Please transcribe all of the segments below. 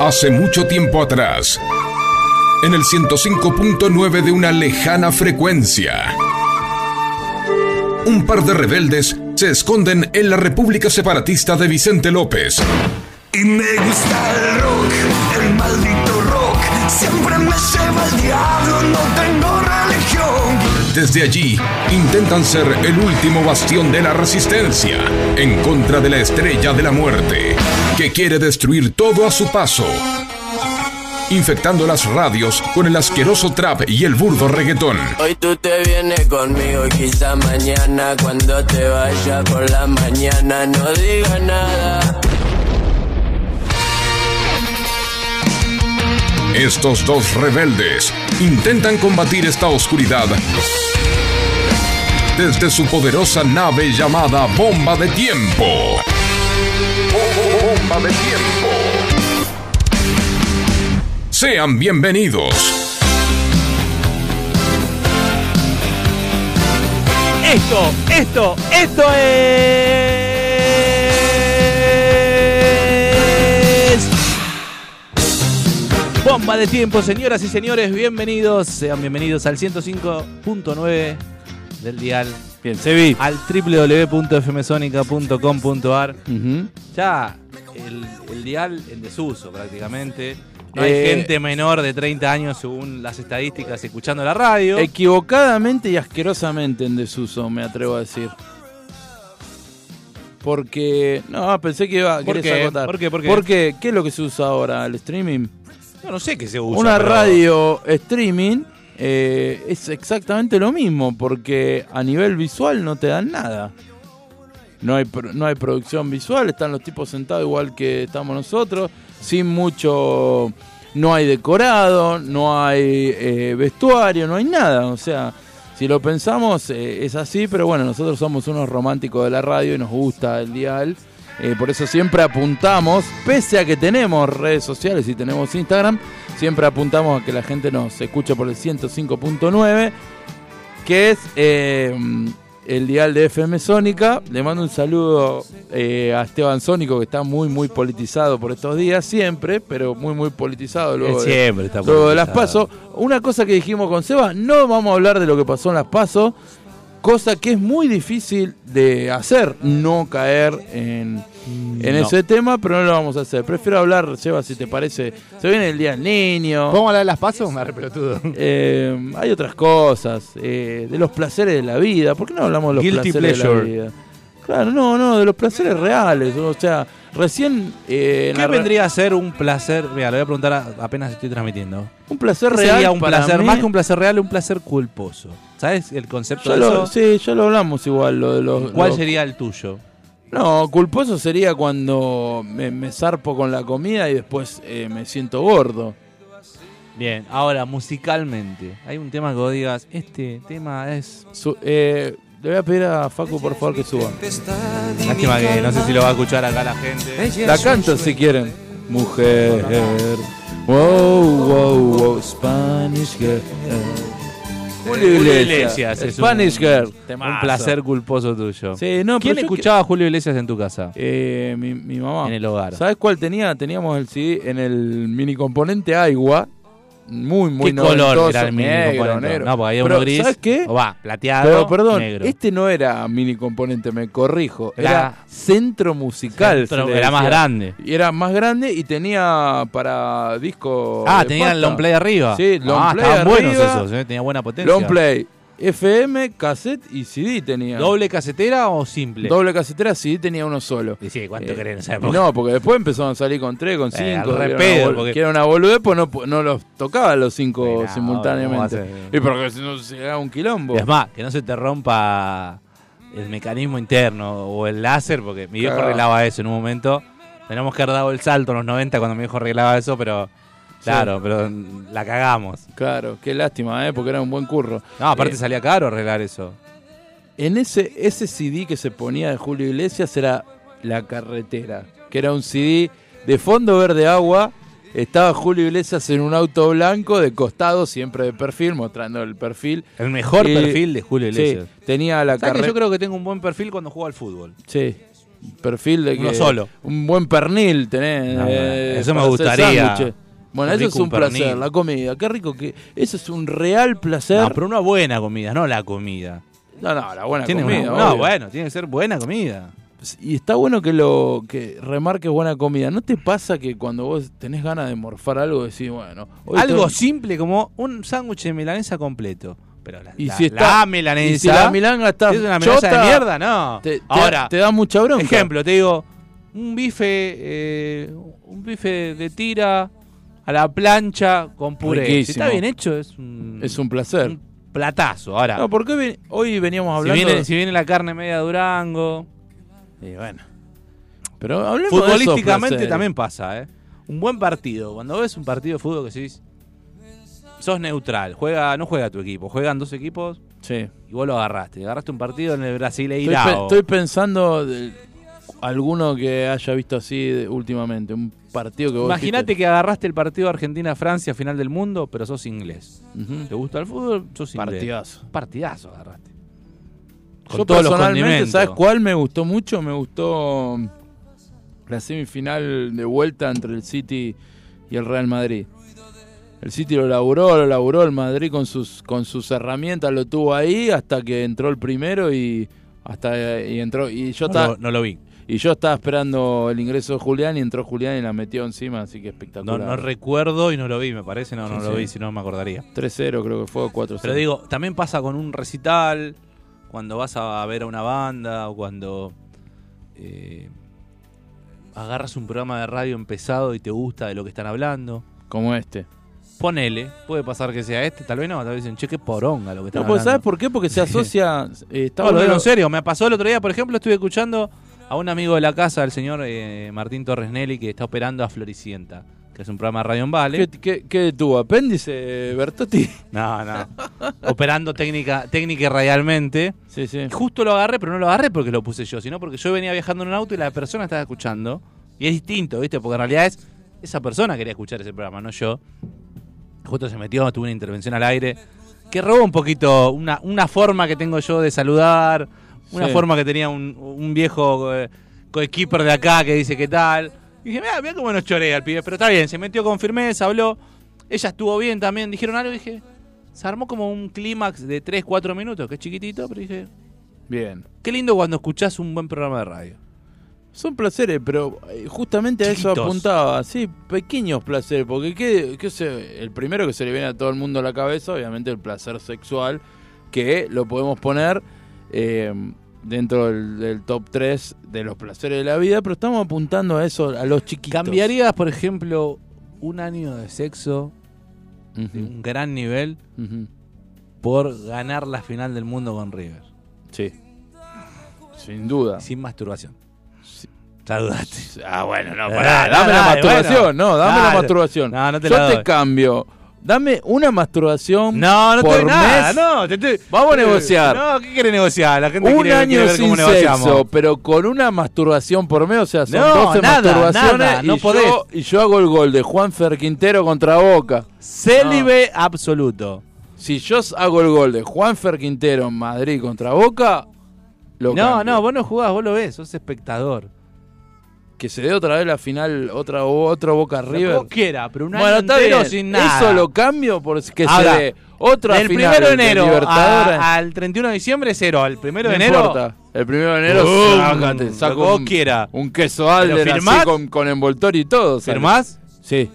Hace mucho tiempo atrás, en el 105.9 de una lejana frecuencia, un par de rebeldes se esconden en la República Separatista de Vicente López. Y me gusta el rock, el maldito rock. Siempre me lleva el diablo, no tengo religión. Desde allí, intentan ser el último bastión de la resistencia en contra de la estrella de la muerte, que quiere destruir todo a su paso, infectando las radios con el asqueroso trap y el burdo reggaetón. Hoy tú te vienes conmigo y quizá mañana cuando te vaya por la mañana no diga nada. Estos dos rebeldes intentan combatir esta oscuridad desde su poderosa nave llamada Bomba de Tiempo. Bomba de Tiempo. Sean bienvenidos. Esto, esto, esto es... Bomba de tiempo, señoras y señores, bienvenidos, sean bienvenidos al 105.9 del dial. Bien, se vi. Al www.fmsonica.com.ar. Ya el, el dial en desuso prácticamente. No hay Eh, gente menor de 30 años según las estadísticas escuchando la radio. Equivocadamente y asquerosamente en desuso, me atrevo a decir. Porque. No, pensé que iba a ¿Por querés qué? acotar. ¿Por qué? ¿Por qué? Porque, ¿qué es lo que se usa ahora? ¿El streaming? Yo no sé qué se usa. Una pero- radio streaming eh, es exactamente lo mismo, porque a nivel visual no te dan nada. No hay, pro- no hay producción visual, están los tipos sentados igual que estamos nosotros, sin mucho... No hay decorado, no hay eh, vestuario, no hay nada. O sea, si lo pensamos eh, es así, pero bueno, nosotros somos unos románticos de la radio y nos gusta el dial. eh, por eso siempre apuntamos, pese a que tenemos redes sociales y tenemos Instagram, siempre apuntamos a que la gente nos escuche por el 105.9 que es eh, el dial de FM Sónica. Le mando un saludo eh, a Esteban Sónico, que está muy, muy politizado por estos días, siempre, pero muy, muy politizado luego, Él de- siempre está luego de las politizado. PASO. Una cosa que dijimos con Seba, no vamos a hablar de lo que pasó en las PASO, cosa que es muy difícil de hacer, no caer en... en No. ese tema, pero no lo vamos a hacer. Prefiero hablar, Seba, si te parece. Se viene el Día del Niño. ¿Vamos a hablar de las pasos? Me arrepelotudo. Eh, hay otras cosas, eh, de los placeres de la vida. ¿Por qué no hablamos de los Guilty placeres pleasure. de la vida? Claro, no, no, de los placeres reales. O sea, recién. eh, en ¿Qué la re- vendría a ser un placer? Mira, le voy a preguntar a- apenas estoy transmitiendo. Un placer ¿Qué real. sería un para placer? mí- Más que un placer real, un placer culposo. ¿Sabes el concepto Ya de lo- eso? sí, ya lo hablamos igual, lo de los. ¿Cuál los- sería el tuyo? No, culposo sería cuando me, me zarpo con la comida y después eh, me siento gordo. Bien, ahora musicalmente, hay un tema que vos digas, este tema es... Su- eh, le voy a pedir a Facu, por favor, que suba. Lástima que no sé si lo va a escuchar acá la gente. La canto si quieren. Mujer. Wow, wow, wow. Spanish girl. Julio Iglesias. es un- Spanish girl. Un placer culposo tuyo. Sí, no, ¿Quién pero yo escuchaba a Julio Iglesias en tu casa? que- Eh, mi, mi mamá. En el hogar. ¿Sabes cuál tenía? Teníamos el CD en el mini componente Aigua. Muy, muy ¿Qué color noventoso, era el mini negro, componente? negro. No, porque había Pero, uno gris. ¿Sabes qué? o va, plateado, Pero perdón, negro. este no era mini componente, me corrijo. Era, Era- centro musical. Centro- se le era más decía. grande. Y era más grande y tenía para disco. ah, de tenía pasta. el long play arriba. Sí, long ah, play estaban buenos arriba. esos, eh, tenía buena potencia. Long play. FM, cassette y CD tenía. ¿Doble casetera o simple? Doble casetera, CD tenía uno solo. Y sí, ¿cuánto Eh, querés en esa época? No, porque después empezaron a salir con tres, con Eh, cinco. al que era repedo, una bol- porque- Que era una boludez, pues no, pu- no los tocaba los cinco Mirá, simultáneamente. ¿cómo va a ser? Y porque si no se era un quilombo. Es más, que no se te rompa el mecanismo interno o el láser, porque mi viejo Cagado. arreglaba eso en un momento. Tenemos que haber dado el salto en los 90 cuando mi viejo arreglaba eso, pero claro, pero la cagamos. Claro, qué lástima, ¿eh? porque era un buen curro. No, aparte Eh, salía caro arreglar eso. En ese, ese CD que se ponía de Julio Iglesias era La Carretera, que era un CD de fondo verde agua. Estaba Julio Iglesias en un auto blanco de costado, siempre de perfil, mostrando el perfil. El mejor Y- perfil de Julio Iglesias. Sí, tenía la ¿Sabes que carretera. yo creo que tengo un buen perfil cuando juego al fútbol? Sí, perfil de que. Uno solo. Un buen pernil tenés. No, no, eh, eso me para hacer gustaría. sándwiches. Bueno, Qué eso es rico un, un placer, pernil. la comida. Qué rico que. Eso es un real placer. No, pero una buena comida, no la comida. No, no, la buena Tiene comida. una- no, obvio. bueno, tiene que ser buena comida. Y está bueno que lo que remarques buena comida. ¿No te pasa que cuando vos tenés ganas de morfar algo decís, bueno, hoy Algo estoy- simple como un sándwich de milanesa completo. Pero la, Y la- si está- la y milanesa. si la milanga está si es una milanesa chota, de mierda, no. Te, te- Ahora, te da mucha bronca. ejemplo, te digo, un bife, eh, un bife de tira a la plancha con puré. Si Riquísimo. está bien hecho, es un, Es un placer. un platazo. Ahora, No, porque hoy, hoy veníamos si, hablando. viene, de- si viene la carne media Durango. Y bueno. Pero hablemos de esos Futbolísticamente placeres. también pasa, ¿eh? Un buen partido. Cuando ves un partido de fútbol que decís, sos neutral, juega, no juega tu equipo, juegan dos equipos Sí. y vos lo agarraste. Agarraste un partido en el Brasil e Estoy, pe- estoy pensando de alguno que haya visto así de- últimamente. Un partido que vos. Imagínate que agarraste el partido Argentina-Francia final del mundo, pero sos inglés. dijiste, "Ujú, ¿Te gusta el fútbol? Sos inglés. Partidazo. Partidazo agarraste. Con Yo todos los personalmente, condimentos. ¿sabes cuál me gustó mucho? Me gustó mm, la semifinal de vuelta entre el City y el Real Madrid. El City lo laburó, lo laburó, el Madrid con sus, con sus herramientas lo tuvo ahí hasta que entró el primero y hasta eh, y entró y yo No estaba lo, no lo vi. y yo estaba esperando el ingreso de Julián y entró Julián y la metió encima, así que No, espectacular. no recuerdo y no lo vi, me parece. No, no Sí, lo sí. vi, si no me acordaría. 3-0 creo que fue o 4-0. Pero digo, también pasa con un recital, cuando vas a ver a una banda o cuando eh, agarras un programa de radio empezado y te gusta de lo que están hablando. como este. Ponele, puede pasar que sea este, tal vez no, tal vez dicen, che, qué poronga lo que están No, pues ¿sabes hablando. por qué? Porque se asocia eh, está No, lo digo bueno- en serio, me pasó el otro día, por ejemplo, estuve escuchando a un amigo de la casa, el señor eh, Martín Torres Nelly, que está operando a Floricienta, que es un programa de Radio en Vale. ¿Qué, qué, qué tuvo? ¿Apéndice, Bertotti? No, no. operando técnica, técnica y radialmente. Sí, sí. Y Justo lo agarré, pero no lo agarré porque lo puse yo, sino porque yo venía viajando en un auto y la persona estaba escuchando. Y es distinto, ¿viste? Porque en realidad es esa persona quería escuchar ese programa, no yo. Justo se metió, tuvo una intervención al aire. Que roba un poquito una, una forma que tengo yo de saludar, una Sí. forma que tenía un, un viejo eh, coequiper de acá que dice qué tal. Y dije, mira, mira cómo nos chorea el pibe, pero está bien, se metió con firmeza, habló. Ella estuvo bien también, dijeron algo y dije, se armó como un clímax de 3, 4 minutos, que es chiquitito, pero dije, Bien. Qué lindo cuando escuchás un buen programa de radio. Son placeres, pero eh, justamente a eso Chiquitos. apuntaba. Sí, pequeños placeres. Porque qué, qué sé, el primero que se le viene a todo el mundo a la cabeza, obviamente el placer sexual, que lo podemos poner eh, dentro del, del top 3 de los placeres de la vida, pero estamos apuntando a eso, a los chiquitos. ¿Cambiarías, por ejemplo, un año de sexo de Ujú, un gran nivel ujú. por ganar la final del mundo con River? Sí. Sin duda. Sin masturbación. Ya dudaste. Ah, bueno, no, Eh, pará, eh, dame la dale, masturbación, bueno. no, dame la Claro. masturbación. No, no te Yo la te doy. cambio. Dame una masturbación. No, no te por doy nada. mes. No, te estoy- Vamos a Eh, negociar. No, ¿qué quiere negociar? La gente un quiere, año quiere ver sin cómo negociamos. sexo, pero con una masturbación por mes, o sea, son No, 12 nada, masturbaciones nada, no y, podés. Yo, y yo hago el gol de Juan Fer Quintero contra Boca. Célibe absoluto. Si yo hago el gol de Juan Fer Quintero en Madrid contra Boca, lo No, cambio. no, vos no jugás, vos lo ves, sos espectador. que se dé otra vez la final, otra otro Boca River. Como quiera, pero un Bueno, año está entero bien. sin nada. Eso lo cambio por que Ahora, se dé otra Del final 1 de enero Libertadores. a- al 31 de diciembre, cero. Al 1 de No enero, importa. El primero de enero, ¡Bum! sácate, Lo que saco vos un, quiera. un queso Alder ¿Pero así firmás? con, con envoltorio y todo. sale. ¿firmás? Sí.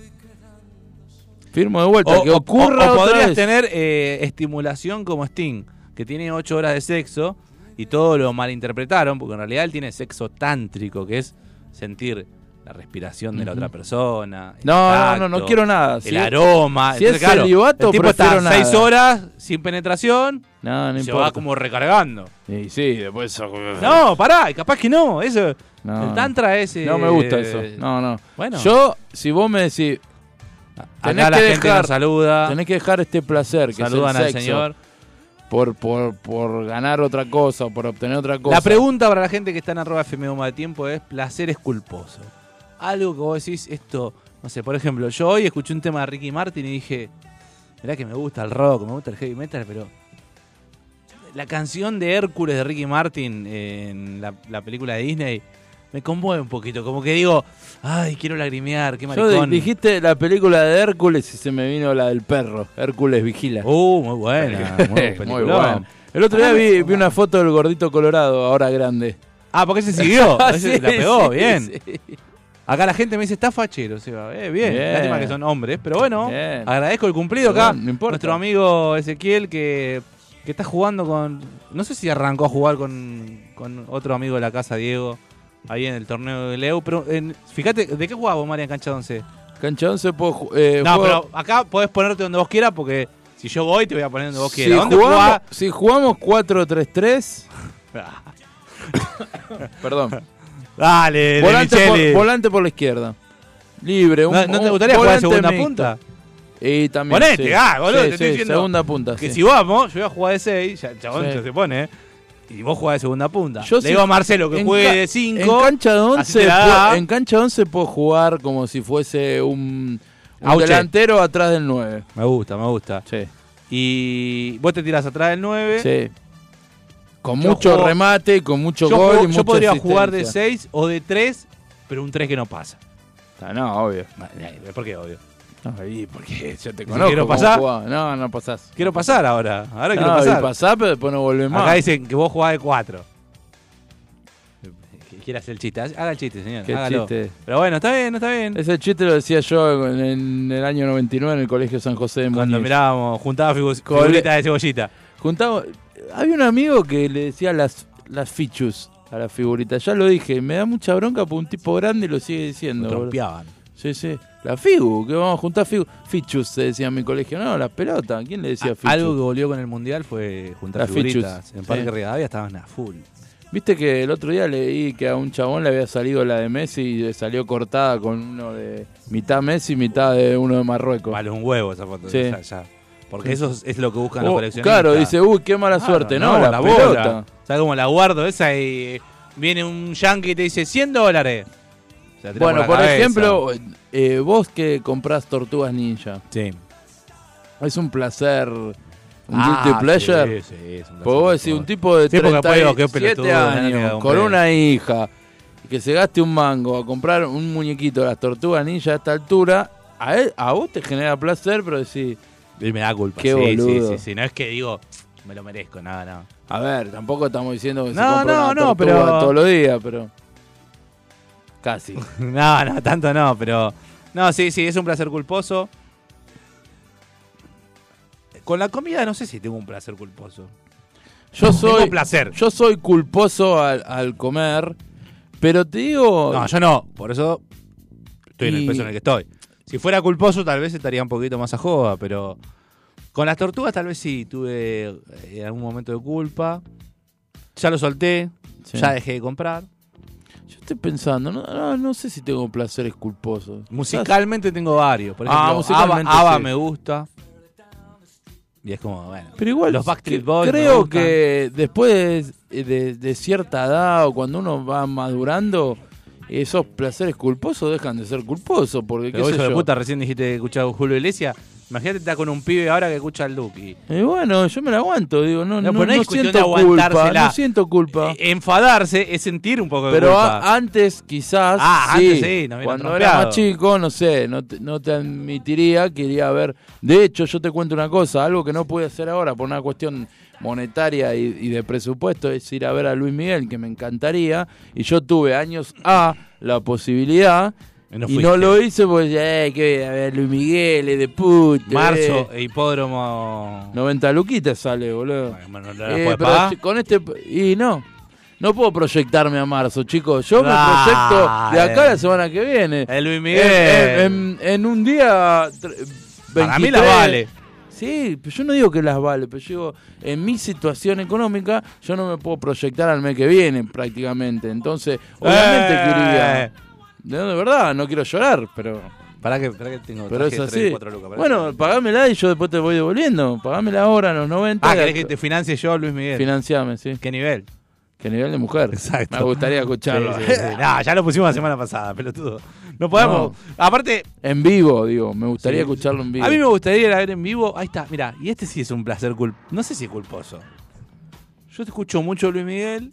Firmo de vuelta. que o ocurra otra podrías vez. tener eh, estimulación como Sting, que tiene 8 horas de sexo y todo lo malinterpretaron, porque en realidad él tiene sexo tántrico, que es sentir la respiración de la otra persona. el No, no, no, no tacto, quiero nada. El Si es- aroma. si es Entonces, claro, celibato, el tipo está prefiero nada. 6 horas sin penetración No, no y se importa. va como recargando. Y sí, después saco- No, pará, y capaz que no. Eso, No. El tantra es... eh, No me gusta eso. No, no. Bueno. Yo, si vos me decís, tenés Acá la que gente dejar- nos saluda. tenés que dejar este placer, que Saludan es el al sexo, señor. Por, por, por ganar otra cosa o por obtener otra cosa. La pregunta para la gente que está en arroba FM Goma de tiempo es placeres culposos. Algo que vos decís, esto, no sé, por ejemplo, yo hoy escuché un tema de Ricky Martin y dije, mirá que me gusta el rock, me gusta el heavy metal, pero la canción de Hércules de Ricky Martin en la, la película de Disney me conmueve un poquito. Como que digo, ay, quiero lagrimear, qué Yo di- maricón. dijiste la película de Hércules y se me vino la del perro. Hércules vigila. Uh, muy buena. muy buen Muy peliculón. bueno. El otro día vi, vi una foto del gordito colorado, ahora grande. Ah, porque ese siguió. ese Sí, la pegó, sí, bien. sí. Acá la gente me dice, está fachero, Seba. Eh, bien. Bien. Lástima que son hombres. Pero bueno, Bien. agradezco el cumplido Pero acá. bueno, no importa. Nuestro amigo Ezequiel que, que está jugando con... No sé si arrancó a jugar con, con otro amigo de la casa, Diego, ahí en el torneo de Leu. Pero en- fíjate, ¿de qué jugabas vos, María, en cancha 11? Cancha 11 puedo ju- eh, No, juego- pero acá podés ponerte donde vos quieras porque si yo voy te voy a poner donde vos quieras. si, ¿Dónde jugamos, jugás? si jugamos 4-3-3. Perdón. Dale, volante, por, Demicheli. volante por la izquierda. Libre. un- ¿No, no te un gustaría jugar volante segunda mixto. punta? Y también. Ponete, sí. ah, boludo, Sí, te estoy sí, diciendo Segunda punta. Que Ah, sí. si vamos, yo voy a jugar de 6, ya el chabón Sí. ya se pone. ¿eh? Y vos jugás de segunda punta. Yo Le sí- digo a Marcelo que en juegue ca- de En 5. cancha de así 11, te la da. pu- en cancha de 11 puedo jugar como si fuese un, un Auche. delantero atrás del 9. Me gusta, me gusta. Sí. Y vos te tirás atrás del 9. sí. Con Yo mucho juego- remate, con mucho Yo, gol juego- y yo mucha podría jugar de asistencia. 6 o de 3, pero un 3 que no pasa. Eh, Ah, No, obvio. ¿Por qué obvio? Ay, porque yo te Si conozco. quiero cómo pasar- jugás. No, no pasás. Quiero pasar ahora. Ahora quiero no, y pasar. pasás, pero después no volvés más. Acá dicen que vos jugás de 4. Quiere hacer el chiste. Haga el chiste, señor. Qué hágalo. chiste. Pero bueno, está bien, está bien. Ese chiste lo decía yo en, en el año 99 en el Colegio San José de Cuando Muñiz. mirábamos, juntaba figu- Cole- figuritas de cebollita. Juntaba, había un amigo que le decía las, las fichus a la figurita. Ya lo dije, me da mucha bronca por un tipo grande y lo sigue diciendo. boludo. Trompeaban. Sí, sí. La figu, que vamos a juntar figu. Fichus se decía en mi colegio. No, las pelotas. ¿Quién le decía A- fichus? Algo que volvió con el mundial fue juntar Las figuritas. fichus. En Parque Sí. Rivadavia estaban a full. Viste que el otro día leí que a un chabón le había salido la de Messi y le salió cortada con uno de mitad Messi, mitad de uno de Marruecos. Vale un huevo esa foto. Sí. o sea, ya. Porque eso es, es lo que buscan los Oh, coleccionistas. claro, dice, uy, qué mala Claro, suerte. No, la, bola. pelota. O sea, como la guardo esa y eh, viene un yankee y te dice 100 dólares. O sea, tirá Bueno, la por cabeza. ejemplo, eh, vos que comprás tortugas ninja, Sí. es un placer, un Ah, guilty pleasure. Sí, sí, es un placer. Porque vos decís, un tipo de Sí, porque después digo, qué 37 pelotudo, no le años, haga un con pedo. una hija, que se gaste un mango a comprar un muñequito de las tortugas ninja a esta altura, a, él- a vos te genera placer, pero decís, Y me da culpa. Qué sí, boludo. sí, sí, sí. No es que digo, me lo merezco, nada, no. a ver, tampoco estamos diciendo que se No, compra no, una no, tortuga pero- todos los días, pero... Casi. No, no, tanto no, pero. No, sí, sí, es un placer culposo. Con la comida no sé si tengo un placer culposo. Yo Tengo soy... placer. Yo soy culposo al, al comer, pero te digo. No, yo no. Por eso estoy en el Y- peso en el que estoy. Si fuera culposo, tal vez estaría un poquito más a joda, pero. Con las tortugas, tal vez sí tuve eh, en algún momento de culpa. Ya lo solté, Sí. ya dejé de comprar. Yo estoy pensando, no, no, no sé si tengo placeres culposos. Musicalmente tengo varios. Por ejemplo, Ah, musicalmente, Abba, Abba sí. me gusta. Y es como, bueno. Pero igual, Los Backstreet que- Boys me creo gustan. que después de, de- de cierta edad o cuando uno va madurando, esos placeres culposos dejan de ser culposos. Porque, Pero qué vos, sé hijo de yo. puta, recién dijiste que escuchaba Julio Iglesias. Imagínate estar con un pibe ahora que escucha al Duki. Y bueno, yo me la aguanto, digo, no, No, no, pero no no es cuestión de siento culpa. aguantársela. No siento culpa. Eh, Enfadarse es sentir un poco de Pero culpa. a- antes quizás, Ah, sí, antes sí, nos hubieran cuando trompeado. era más chico, no sé, no te, no te admitiría que iría a ver. De hecho, yo te cuento una cosa, algo que no pude hacer ahora por una cuestión monetaria y, y de presupuesto, es ir a ver a Luis Miguel, que me encantaría, y yo tuve años A la posibilidad. Y no y fuiste. no lo hice porque decía, eh, que voy a ver Luis Miguel, es de puta. Marzo, eh". e hipódromo. 90 luquitas sale, boludo. Bueno, no la Eh, podés pero pagar. ch- con este y no. No puedo proyectarme a marzo, chicos. Yo me proyecto de acá a Dale. la semana que viene. Eh, Luis Miguel. En, en- en un día. tre- Para mí 23. la vale. Sí, pero yo no digo que las vale, pero yo digo, en mi situación económica, yo no me puedo proyectar al mes que viene prácticamente. Entonces, obviamente Eh. quería. No, de verdad, no quiero llorar, pero, Pará que, pará que tengo pero traje es de tres, así. cuatro lucas, pará. Bueno, pagámela y yo después te voy devolviendo. Pagámela ahora, en los 90. Ah, querés que te financie yo, Luis Miguel. Financiame, sí. ¿Qué nivel? Que nivel de mujer. Exacto. Me gustaría escucharlo. Sí, sí, sí. Nah, ya lo pusimos la semana pasada, pelotudo. No podemos. Aparte, En vivo, digo. Me gustaría Sí. escucharlo en vivo. A mí me gustaría ir a ver en vivo. Ahí está, mira, y este sí es un placer culposo. No sé si es culposo. Yo te escucho mucho Luis Miguel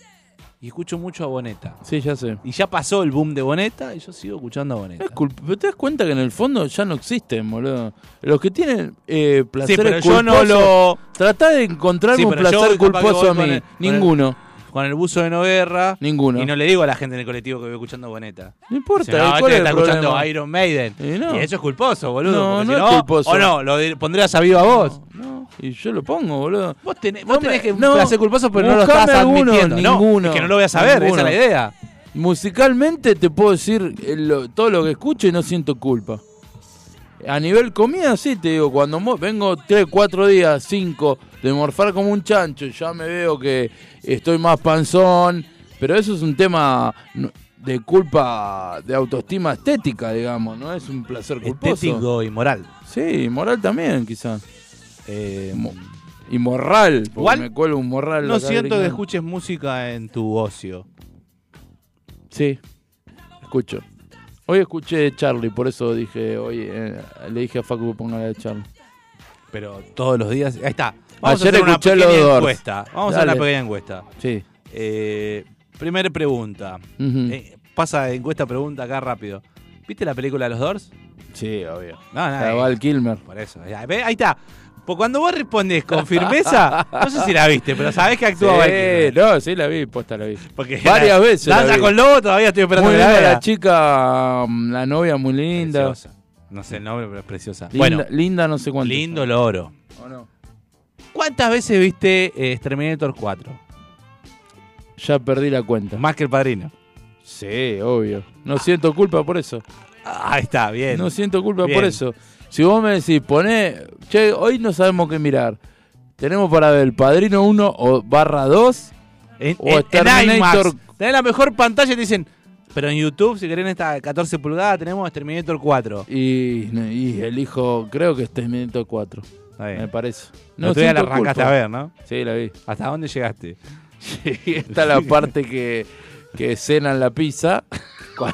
y escucho mucho a Boneta. Sí, ya sé. Y ya pasó el boom de Boneta y yo sigo escuchando a Boneta. Es culp- pero te das cuenta que en el fondo ya no existen, boludo. Los que tienen eh, placer pero yo no lo- Tratá de encontrarme Sí, un pero yo placer voy- capaz que culposo voy a mí. con el- con el- Ninguno. Con el buzo de Noguerra. Ninguno. Y no le digo a la gente en el colectivo que voy escuchando Boneta. No importa. Dice, no, ¿cuál este es el está escuchando problema? Iron Maiden. Y no. Y eso es culposo, boludo. No, porque no si es culposo. O no, lo dir- pondrías a viva voz. No, y yo lo pongo, boludo. Vos tenés, No vos me- tenés que no. placer culposo, pero no lo Buscame estás alguno, admitiendo. No, ninguno. es que no lo voy a saber, Ninguno. esa es la idea. Musicalmente te puedo decir eh, lo- todo lo que escucho y no siento culpa. A nivel comida, sí, te digo, cuando mo- vengo 3, 4 días, 5, de morfar como un chancho, ya me veo que estoy más panzón, pero eso es un tema no- de culpa, de autoestima estética, digamos, no es un placer culposo. Estético y moral. Eh, Sí, moral también, quizás. Mo- y morral, porque igual me cuelgo un morral. No acá siento que gringando. escuches música en tu ocio. Sí, escucho. Hoy escuché Charlie, por eso dije, hoy eh, le dije a Facu que ponga la de Charlie. Pero todos los días. Ahí está. Vamos Ayer a hacer una escuché pequeña los Doors. encuesta. Vamos a hacer Dale. una pequeña encuesta. Sí. Eh, primera pregunta. Ujú. Eh, pasa de encuesta a pregunta acá rápido. ¿Viste la película de los Doors? Sí, obvio. No, La de no. eh, Val Kilmer. Por eso. Eh, ve, Ahí está. Porque cuando vos respondes con firmeza, no sé si la viste, pero sabés que actúa Val Sí, Kilmer. no, sí la vi, posta la vi. Porque la- varias veces la Danza vi. con lobo, todavía estoy esperando Muy que la linda vea. la chica, mm, la novia muy linda. Preciosa. No sé el nombre, pero es preciosa. Linda, bueno, linda no sé cuánto. lindo loro. ¿Cuántas veces viste eh, Terminator 4? Ya perdí la cuenta. Más que el padrino. Sí, obvio. No siento culpa por eso. Ah, Ahí está, bien. No siento culpa Bien. por eso. Si vos me decís, poné, che, hoy no sabemos qué mirar. Tenemos para ver el Padrino 1 o barra 2. En, O en- en Terminator- IMAX. Tenés la mejor pantalla y te dicen, pero en YouTube, si querés en esta 14 pulgadas, tenemos Terminator 4. Y, y elijo, creo que este es minuto 4, Está bien. me parece. No, todavía la Eh, siento arrancaste culpa. a ver, ¿no? Sí, la vi. ¿Hasta dónde llegaste? Y está la parte que, que cenan la pizza. cua-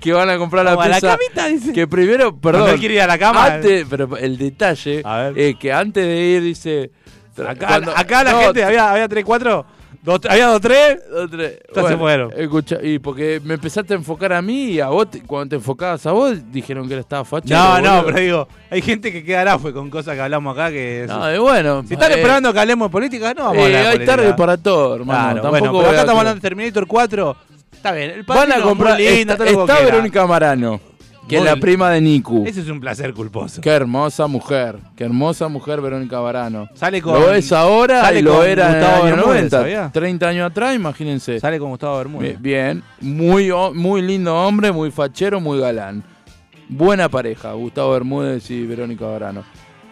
que van a comprar la Vamos a la pizza. camita, dice. Que primero, Cuando perdón. él quiere ir a la cama. eh. antes- pero el detalle A ver. es que antes de ir dice... tra- Acá, cuando- acá la no, gente, había, había 3, 4, dos, tre- había 2, 3. Otra- se fueron. escucha, y porque me empezaste a enfocar a mí y a vos, te- cuando te enfocabas a vos, dijeron que era estaba fachero. No, no, boludo. pero digo, hay gente que quedará fue con cosas que hablamos acá que... No, y bueno. si están eh, esperando que hablemos de política, no vamos a eh, hablar de hay política. tarde para todo, hermano. Claro, Tampoco bueno, pero acá voy a- estamos hablando de Terminator 4. Está bien, el Van padrino a es comprar. muy lindo, todo está lo que vos está quieras. Verónica Marano, que es Muy la li- prima de Niku. Ese es un placer culposo. Qué hermosa mujer. Qué hermosa mujer Verónica Marano. Sale con- Lo es ahora sale y lo con era en el Gustavo año Bermúdez, 90. ¿sabía? 30 años atrás, imagínense. Sale con Gustavo Bermúdez. Bien, bien. muy, ho- muy lindo hombre, muy fachero, muy galán. Buena pareja, Gustavo Bermúdez y Verónica Barano.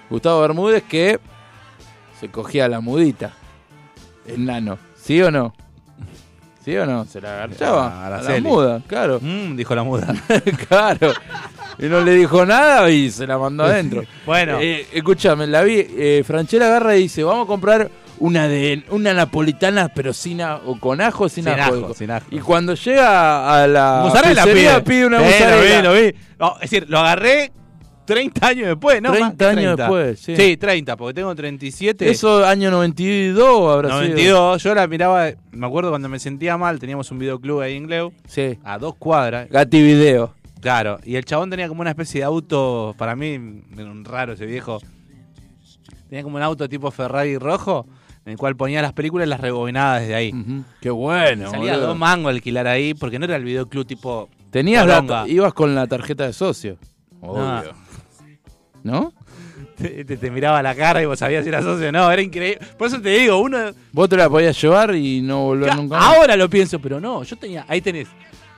Gustavo Bermúdez que se cogía a la mudita, el nano, ¿sí o no? ¿Sí o no? Se la a agarchaba, a la Araceli. muda, claro, Mm, dijo la muda. claro. Y no le dijo nada y se la mandó adentro. Bueno. Eh, escúchame, la vi, eh, Franchella agarra y dice, vamos a comprar una de una napolitana, pero sin a- o con ajo, sin, Sin ajo. ajo, dijo. sin ajo. Y cuando llega a la Ah, Mozzarella pizzería, pide. pide una Sí, mozzarella. Lo vi, lo vi. No, es decir, lo agarré 30 años después, ¿no? 30 más que años después, sí. Sí, 30, porque tengo 37. Eso año 92 habrá 92. Yo la miraba, me acuerdo cuando me sentía mal, teníamos un videoclub ahí en Gleu, sido. Sí. a dos cuadras. Gati Video. Claro, y el chabón tenía como una especie de auto, para mí era un raro ese viejo. Tenía como un auto tipo Ferrari rojo, en el cual ponía las películas y las rebobinaba desde ahí. Qué bueno. Salía Mm. boludo. dos mangos a alquilar ahí, porque no era el videoclub tipo... Tenías la- poronga. ibas con la tarjeta de socio, Ah. No, ¿no? te, te- te miraba la cara y vos sabías si era socio o no, era increíble. Por eso te digo, uno... Vos te la podías llevar y no volver Claro, nunca más. Ahora lo pienso, pero no, yo tenía, ahí tenés,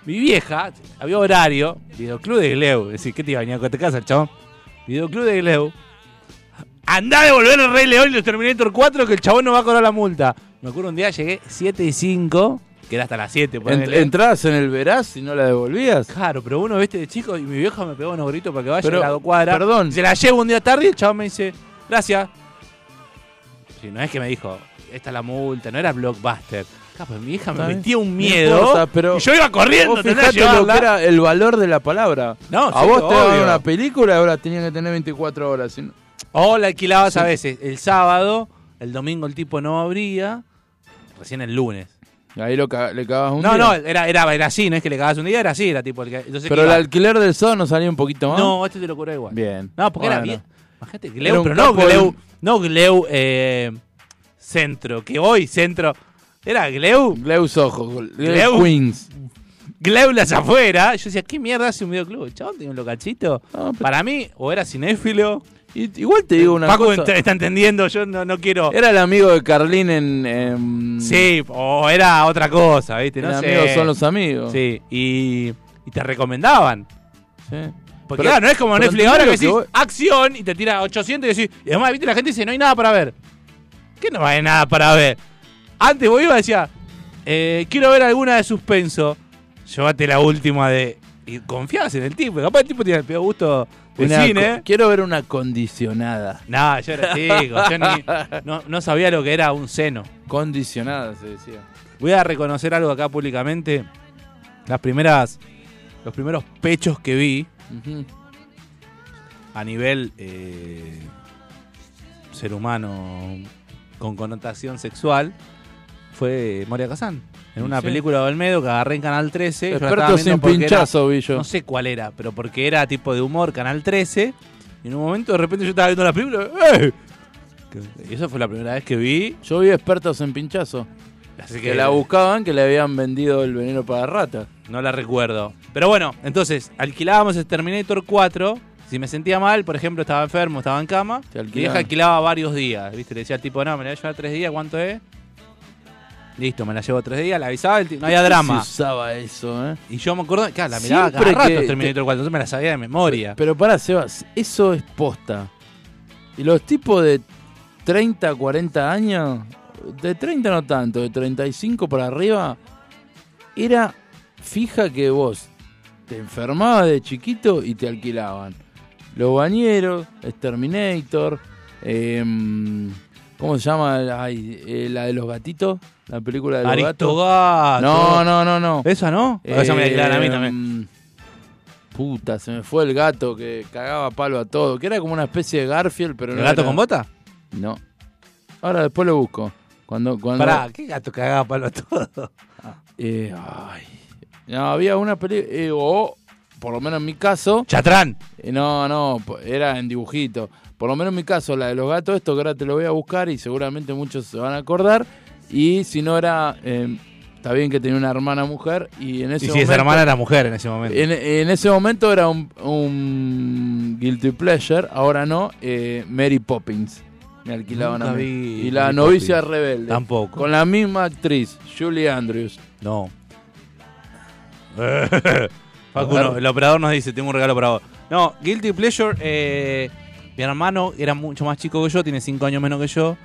mi vieja, había horario, videoclub de Gleu, decís, ¿qué te iba a venir a tu casa, chabón? Videoclub de Gleu. Andá a devolver el Rey León y los Terminator 4 que el chabón no va a cobrar la multa. Me acuerdo un día llegué 7 y 5, que era hasta las 7, Ent- ponele. entrabas en el veraz y no la devolvías. Claro, pero uno viste de chico y mi vieja me pegó unos gritos para que vaya Pero, a la dos cuadras. perdón. Se la llevo un día tarde y el chabón me dice, gracias. Si no es que me dijo, esta es la multa, no era blockbuster. Ah, pues mi hija Está me bien. metía un No miedo. importa, pero y yo iba corriendo, Vos tenés que fijate lo que llevarla. era el valor de la palabra. No, a sí, vos te daban obvio. una película y ahora tenían que tener 24 horas. si no- O la alquilabas a veces el sábado, el domingo el tipo no abría, recién el lunes. Y ahí lo ca- le cagabas un No, día. no, era, era, era así, no es que le cagabas un día, era así, era tipo el que. entonces Pero que el iba- alquiler del sábado nos salía un poquito más. No, este te lo curé igual. Bien. No, porque era Bueno. bien. Imagínate, Era Gleu, un pero no capo Gleu, del- no Gleu eh, Centro, que hoy Centro. Era Gleu, Gleus Ojo, Gleus Gleus. Queens. Gleu las afuera. Yo decía, ¿qué mierda hace un videoclub? El chabón tenía un localcito. No, pero- Para mí, o era cinéfilo. Y- igual te digo una Paco cosa. ent- está entendiendo, yo no, no quiero. Era el amigo de Carlín en. en- Sí, o era otra cosa, ¿viste? No en sé. Amigos son los amigos. Sí, y, y te recomendaban. Sí. Porque Pero- claro, no es como pero Netflix ahora que entendés decís lo que acción y te tira 800 y decís, y además, viste, la gente dice, no hay nada para ver. ¿Qué no hay nada para ver? Antes vos ibas y decías, eh, quiero ver alguna de suspenso, llévate la última de... Y confiabas en el tipo, capaz el tipo tiene el peor gusto del Una cine. co- Quiero ver una condicionada. No, yo era chico, yo ni- no, no sabía lo que era un seno. Condicionada se decía. Voy a reconocer algo acá públicamente. Las primeras, los primeros pechos que vi Ujú. a nivel eh, ser humano con connotación sexual fue Moria Kazán. En una Sí. película de Olmedo que agarré en Canal 13. yo la estaba Experto viendo sin porque era- pinchazo, vi yo. no sé cuál era, pero porque era tipo de humor, Canal 13. Y en un momento de repente yo estaba viendo la película. ¡eh! Que- Y esa fue la primera vez que vi. Yo vi expertos en pinchazo. Así Que la buscaban, que le habían vendido el veneno para rata. No la recuerdo. Pero bueno, entonces, alquilábamos el Terminator 4. Si me sentía mal, por ejemplo, estaba enfermo, estaba en cama, Te mi alquilaban. vieja alquilaba varios días. ¿viste? Le decía al tipo, no, me la voy a llevar tres días, ¿cuánto es? Listo, me la llevo tres días, la avisaba, el tipo, no había drama. Se usaba eso, ¿eh? Y yo me acuerdo, claro, la miraba cada Siempre rato que- Terminator 4, entonces me la sabía de memoria. Pero pará, Sebas, eso es posta. Y los tipos de 30, 40 años, de 30 no tanto, de 35 para arriba, era fija que vos te enfermabas de chiquito y te alquilaban. Los bañeros, Exterminator, em, ¿cómo se llama? Ay, eh, la de los gatitos, la película de los gatos. Aristogato. No, no, no, no. ¿Esa no? Eh, O esa Ah, me la alquilaban a mí también. Em, Puta, se me fue el gato que cagaba palo a todo. Que era como una especie de Garfield, pero ¿El no. gato era- con bota? No. Ahora después lo busco. Cuando. cuando Pará, ¿qué gato cagaba palo a todo? Eh, ay. No, había una película. o, por lo menos en mi caso. Chatrán. eh, No, no, po- era en dibujito. Por lo menos en mi caso, la de los gatos, esto que ahora te lo voy a buscar y seguramente muchos se van a acordar. Y si no era. em, está bien que tenía una hermana mujer y en Y ese si momento. esa hermana era mujer en ese momento. En, en ese momento era un, un guilty pleasure, ahora no, eh, Mary Poppins. Me alquilaban Nunca a mí. vi Y la Mary novicia Poppins. rebelde. Tampoco. Con la misma actriz, Julie Andrews. No. Facu, no, el operador nos dice, tengo un regalo para vos. No, Guilty Pleasure, eh, mi hermano era mucho más chico que yo, tiene 5 años menos que yo.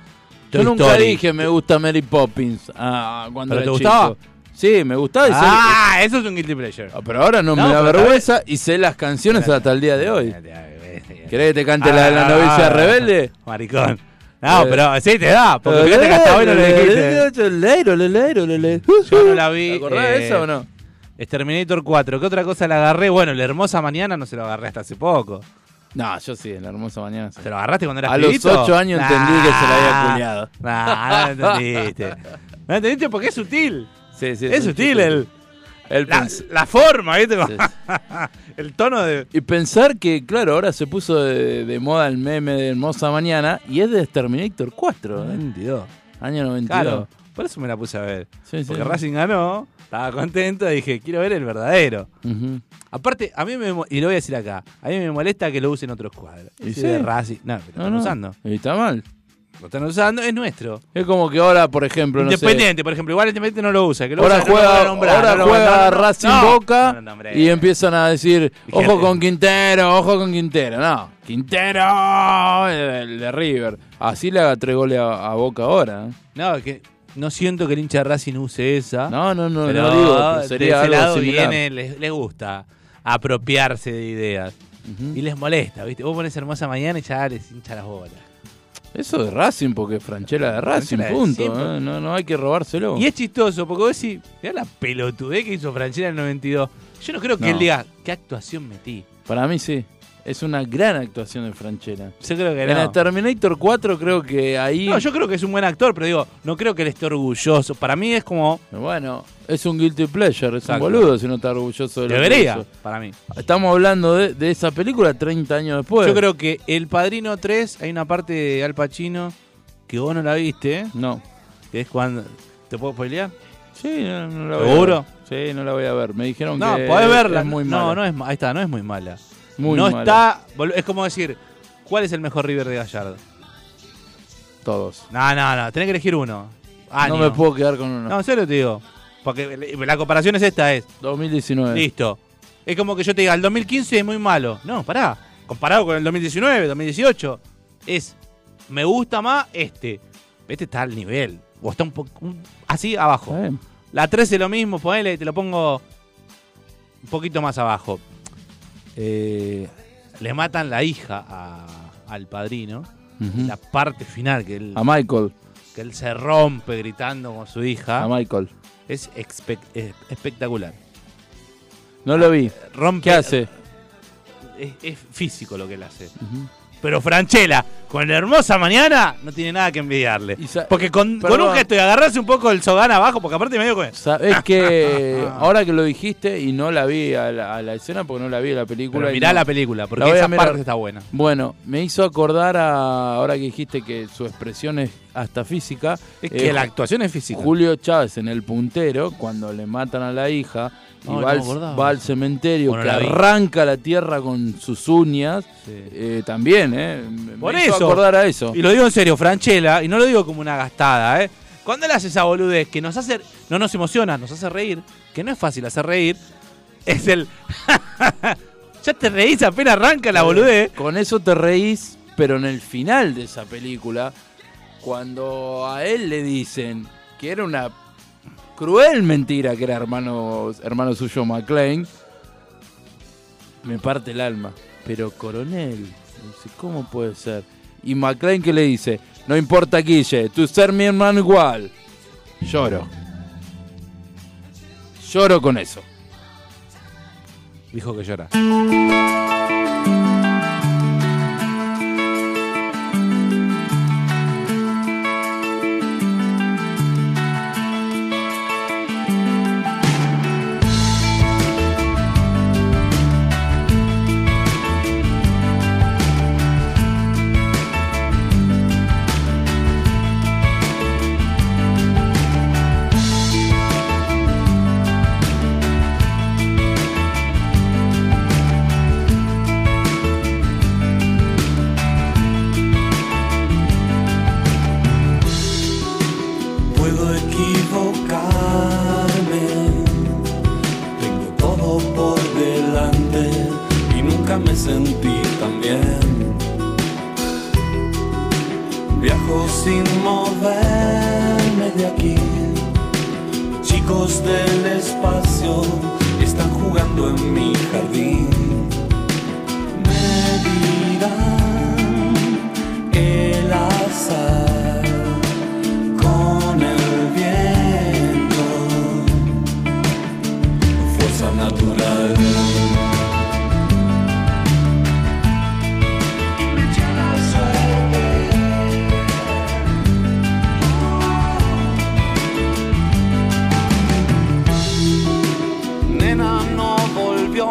Yo Toy nunca Story. dije me gusta Mary Poppins ah, cuando ¿Pero era te chico. gustaba? Sí, me gustaba. y sé- Ah, eso es un Guilty Pleasure. Ah, pero ahora no, No, me da pero está vergüenza y sé las canciones hasta el día de hoy. ¿Querés que te cante la de la Ah, novicia ah, rebelde? Maricón. No, Eh. pero sí te da, porque fíjate que hasta hoy no le dijiste. Leleiro, leleiro, leleiro. Yo no la vi, ¿Te acordás de eh, esa o no? Exterminator 4, ¿qué otra cosa la agarré? Bueno, la hermosa mañana no se lo agarré hasta hace poco. No, yo sí, en la hermosa mañana. sí. ¿Te lo agarraste cuando eras A los pibito? ocho años entendí que se la había culiado. Nah, no entendiste. No entendiste porque es sutil. Sí, sí, Es sutil el, el la, pens- la forma, ¿viste? sí. El tono de. Y pensar que, claro, ahora se puso de, de moda el meme de Hermosa Mañana y es de Terminator 4, ¿eh? año 92. Claro, por eso me la puse a ver. Sí, sí. Porque Racing ganó, estaba contento, dije, quiero ver el verdadero. Ujú. Aparte, a mí me. mo- Y lo voy a decir acá, a mí me molesta que lo usen otros cuadros. Y Ese sí. de Racing. No, lo No, están no. usando. Y está mal. Lo están usando, es nuestro. Es como que ahora, por ejemplo, no sé. Independiente, por ejemplo, igual Independiente no lo usa. Que lo Ahora usa, no lo juega, voy a nombrar, ahora no lo voy a- juega no, no, Racing no. Boca No lo nombré. y empiezan a decir, ojo Gente. con Quintero, ojo con Quintero. No, Quintero, el de River. Así le haga tres goles a, a Boca ahora. ¿eh? No, es que no siento que el hincha de Racing use esa. No, no, no, ¿Ah? pero no digo, pero de sería ese algo lado similar. viene, les, les gusta apropiarse de ideas. Y les molesta, ¿viste? Vos pones hermosa mañana y ya les hincha las bolas. Eso de Racing, porque Franchella de Racing, Franchella de punto. siempre. ¿eh? No, no hay que robárselo. Y es chistoso, porque vos decís, mirá la pelotudez que hizo Franchella en el 92. Yo no creo que No. él diga, ¿qué actuación metí? Para mí sí. es una gran actuación de Franchella. Yo creo que En la no. Terminator 4 creo que ahí... No, yo creo que es un buen actor, pero digo, no creo que él esté orgulloso. Para mí es como. Bueno, es un guilty pleasure, es Exacto. un boludo si no está orgulloso de lo que Debería, hizo. para mí. Estamos hablando de, de esa película 30 años después. Yo creo que El Padrino 3, hay una parte de Al Pacino que vos no la viste, No. que es cuando. ¿Te puedo spoilear? Sí, no, no la ¿Seguro? voy a ver. Sí, no la voy a ver. Me dijeron No, que podés verla. es muy no, mala. no es ma- ahí está, no es muy mala. Muy no mala. está. bolu- Es como decir, ¿cuál es el mejor River de Gallardo? Todos. No, no, no, tenés que elegir uno. Año. No me puedo quedar con uno. No, en serio te digo. Porque la- la comparación es esta, es. 2019. Listo. Es como que yo te diga, el 2015 es muy malo. No, pará. Comparado con el 2019, 2018, es, me gusta más este. Este está al nivel. O está un poco, así abajo. Está bien. La 13 lo mismo, ponele, te lo pongo un poquito más abajo. Eh, le matan la hija a- al padrino. Ujú. La parte final, que él, A Michael. que él se rompe gritando con su hija, A Michael. es espe- es espectacular. No lo vi. Rompe, ¿Qué hace? es, es físico lo que él hace. Pero Franchella, con la hermosa mañana, no tiene nada que envidiarle. Y sa- Porque con, con Perdón. un gesto de agarrarse un poco el sogán abajo, porque aparte medio con eso. Sabes que ahora que lo dijiste y no la vi a la, a la escena porque no la vi a la película. Pero y mirá no- la película, porque La voy a esa mirar. parte está buena. Bueno, me hizo acordar a ahora que dijiste que su expresión es hasta física. Es eh, que la actuación es física. Julio Chávez en El Puntero, cuando le matan a la hija y No, no va, me acordaba. al, va al cementerio, Bueno, que la vi. arranca la tierra con sus uñas, Sí. eh, también, ¿eh? Me Por hizo eso. acordar a eso. Y lo digo en serio, Franchella, y no lo digo como una gastada, ¿eh? Cuando él hace esa boludez que nos hace, no nos emociona, nos hace reír, que no es fácil hacer reír, es el... ya te reís apenas arranca la boludez. Con eso te reís, pero en el final de esa película, cuando a él le dicen que era una cruel mentira que era hermano, hermano suyo McLean, me parte el alma. Pero coronel, dice, ¿cómo puede ser? Y McLean que le dice, no importa Guille, tú ser mi hermano igual. Lloro. Lloro con eso. Dijo que llora. Puedo equivocarme, tengo todo por delante y nunca me sentí tan bien. Viajo sin moverme de aquí, chicos del espacio están jugando en mi jardín. Me dirán el azar con el viento, fuerza natural. Nena no volvió.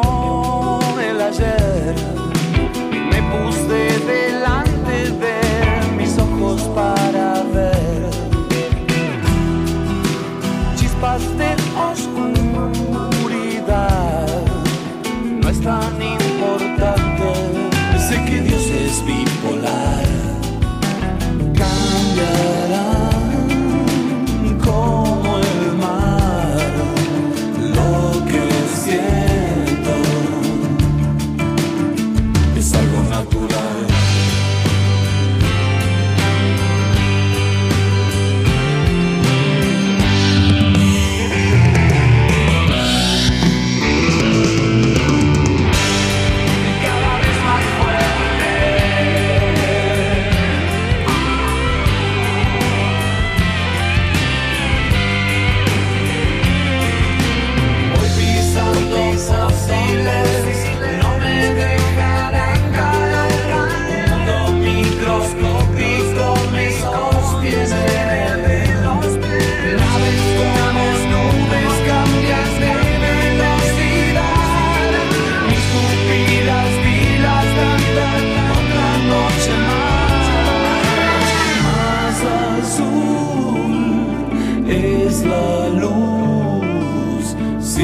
es la luz si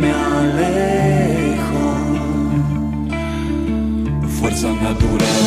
me alejo. Fuerza natural.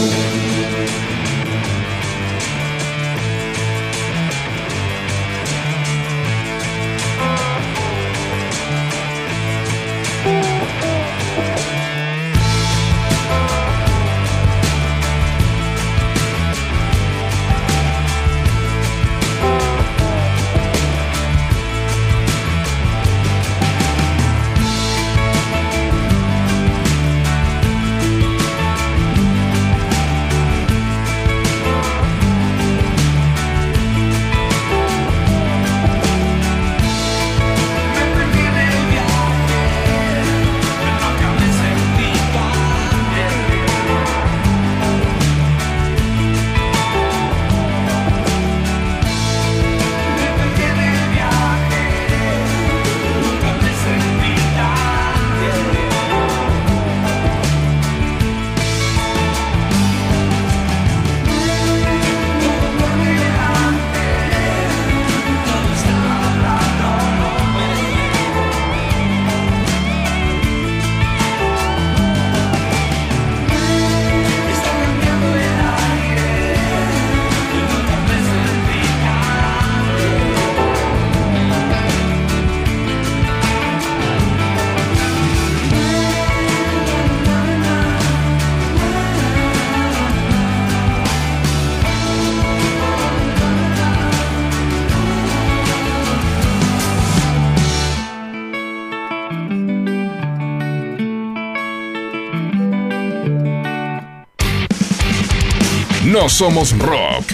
No somos rock.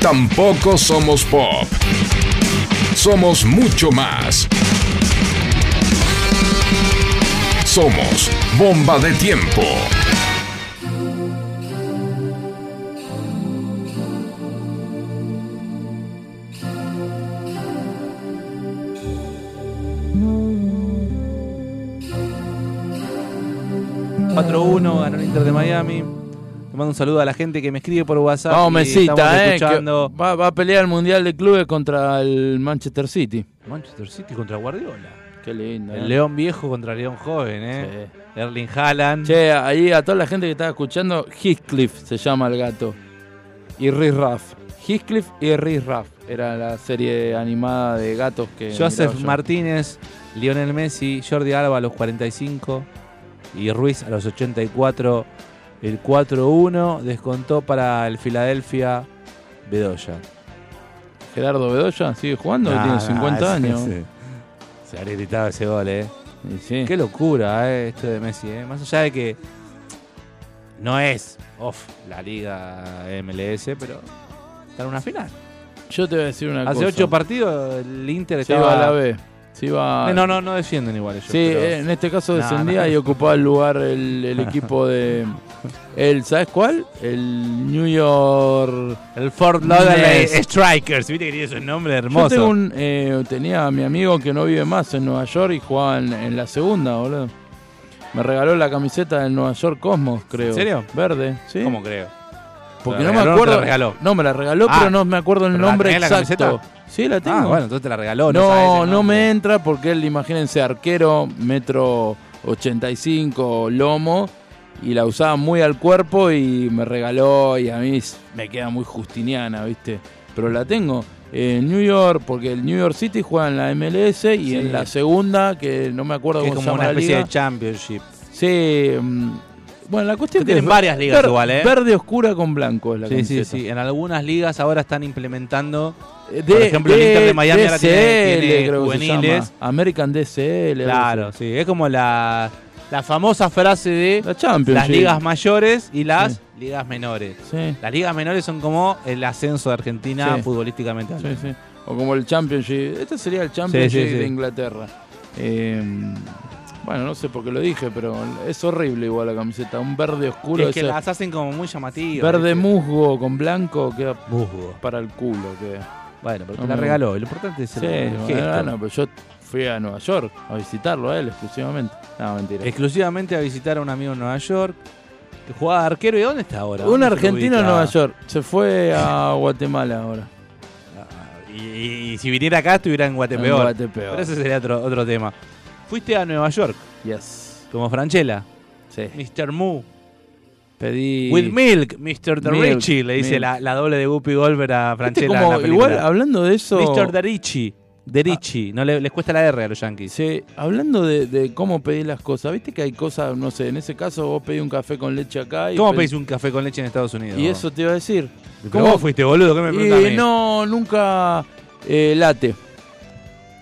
Tampoco somos pop. Somos mucho más. Somos bomba de tiempo. Bueno. 4-1, ganó el Inter de Miami. Le mando un saludo a la gente que me escribe por WhatsApp. Vamos, y Mesita, estamos eh, que escuchando va, va a pelear el Mundial de Clubes contra el Manchester City. Manchester City contra Guardiola. Qué lindo. El León viejo contra León joven, ¿eh? Erling Haaland. Che, ahí a toda la gente que está escuchando, Heathcliff se llama el gato. Y Riz Raff. Heathcliff y Riz Raff. Era la serie animada de gatos que. Joseph miraba yo. Martínez, Lionel Messi, Jordi Alba a los 45 y Ruiz a los 84. El 4-1 descontó para el Philadelphia Bedoya. Gerardo Bedoya sigue jugando, Nah, tiene nah, 50 sí, años. sí. Se habría gritado ese gol, ¿eh? Y sí. Qué locura, ¿eh? Esto de Messi, ¿eh? Más allá de que no es off la liga MLS, pero está en una final. Yo te voy a decir una Hace cosa. 8 partidos el Inter Se iba estaba... a la B. Se iba Eh, No, no, no defienden igual ellos. Sí, pero- eh, en este caso No, descendía no. y ocupaba el lugar el, el equipo de. El, ¿Sabes cuál? El New York. El Fort Lauderdale Nets. Strikers. Viste que tiene ese nombre Yo hermoso. tengo un, eh, tenía a mi amigo que no vive más en Nueva York y jugaba en, en la segunda, boludo. Me regaló la camiseta del Nueva York Cosmos, creo. ¿En serio? Verde, sí. ¿Eh? ¿Cómo creo? Porque ¿Te la no me regaló o acuerdo. te la regaló? No, me la regaló, Ah, pero no me acuerdo el ¿pero la nombre tenés la exacto. camiseta? sí, la tengo. Ah, bueno, entonces te la regaló. No, sabes No, el no nombre. me entra porque él, imagínense, arquero, metro 85, lomo, y la usaba muy al cuerpo y me regaló y a mí s- me queda muy justiniana, ¿viste? Pero la tengo en New York porque el New York City juega en la MLS y Sí. en la segunda, que no me acuerdo Que Es cómo se como llama una la especie liga. de championship. Sí, mm, bueno, la cuestión que Tienen es varias ligas ver- igual, ¿eh? Verde oscura con blanco es la Sí, sí, camiseta. sí. En algunas ligas ahora están implementando. De, Por ejemplo, el Inter de Miami ahora tiene- DCL, tiene creo que se llama. juveniles. American DCL. algo Claro, sí. Es como la, la famosa frase de La Champions, las sí. ligas mayores y las Sí. ligas menores. Sí, Las ligas menores son como el ascenso de Argentina Sí. futbolísticamente. sí, hablando. sí. O como el Championship. Este sería el Championship Sí, sí, sí. de Inglaterra. Eh, bueno, no sé por qué lo dije, pero es horrible igual la camiseta. Un verde oscuro. Es que ese las hacen como muy llamativas. verde ¿viste? musgo con blanco queda musgo. para el culo. Queda. Bueno, pero te No la me- regaló. Lo importante es Sí, el, el bueno, gesto. no, pero yo fui a Nueva York a visitarlo a él exclusivamente. No, mentira. exclusivamente a visitar a un amigo en Nueva York que jugaba de arquero. ¿Y dónde está ahora? Un ¿Dónde se argentino ubica? en Nueva York. Se fue a Guatemala ahora. Y, y- y si viniera acá estuviera en Guatepeor. En Guatepeor. Pero ese sería otro, otro tema. Fuiste a Nueva York, Yes. como Franchella, Sí. Mr. Moo, Pedí. With Milk, Mr. The Milk, Richie, le dice Milk. la, la doble de Guppy Golver a Viste Franchella. como- en la película. igual hablando de eso. Mr. The Richie, The Richie, no le- les cuesta la R a los Yankees. Sí, hablando de, de cómo pedís las cosas, viste que hay cosas, no sé, en ese caso vos pedís un café con leche acá y. ¿Cómo pedí- pedís un café con leche en Estados Unidos? Y eso te iba a decir. ¿Cómo ¿Cómo? fuiste, boludo? ¿Qué me preguntás a Y mí? no, nunca eh, late.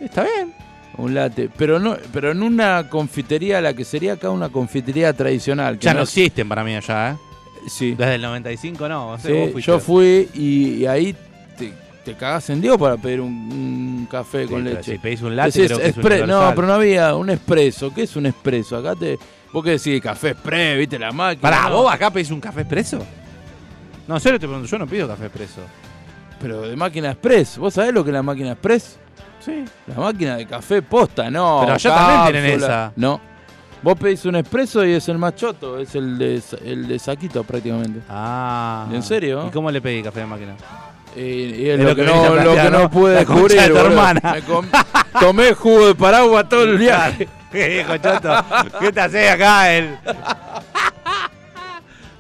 Está bien. Un late. Pero no, pero en una confitería, la que sería acá una confitería tradicional. que Ya no no es- existen para mí allá, ¿eh? Sí. Desde el 95 no. o sea, Sí, vos fuiste. yo fui y, y ahí te, te cagás en Dios para pedir un, un café Sí, con pero leche. Si pedís un latte, Decís, creo que es "Expre- no, universal. pero no había un expreso. ¿Qué es un expreso? Acá te. Vos que decís café express, viste la máquina. Pará, no. ¿vos acá pedís un café expreso? No, en serio te pregunto, yo no pido café expreso. Pero de máquina express. ¿Vos sabés lo que es la máquina express? Sí. La máquina de café posta, no. Pero allá también tienen cápsula. esa. No. Vos pedís un expreso y es el más choto, es el de, sa- el de saquito prácticamente. Ah. ¿En serio? ¿Y cómo le pedí café de máquina? Y, Eh, y Es es lo, lo que que no, venía a lo que plantear, no ¿no? pude La concha descubrir. de tu boludo. hermana. Me com- tomé jugo de paraguas todo el viaje. ¿Qué dijo Choto? ¿Qué te haces acá él?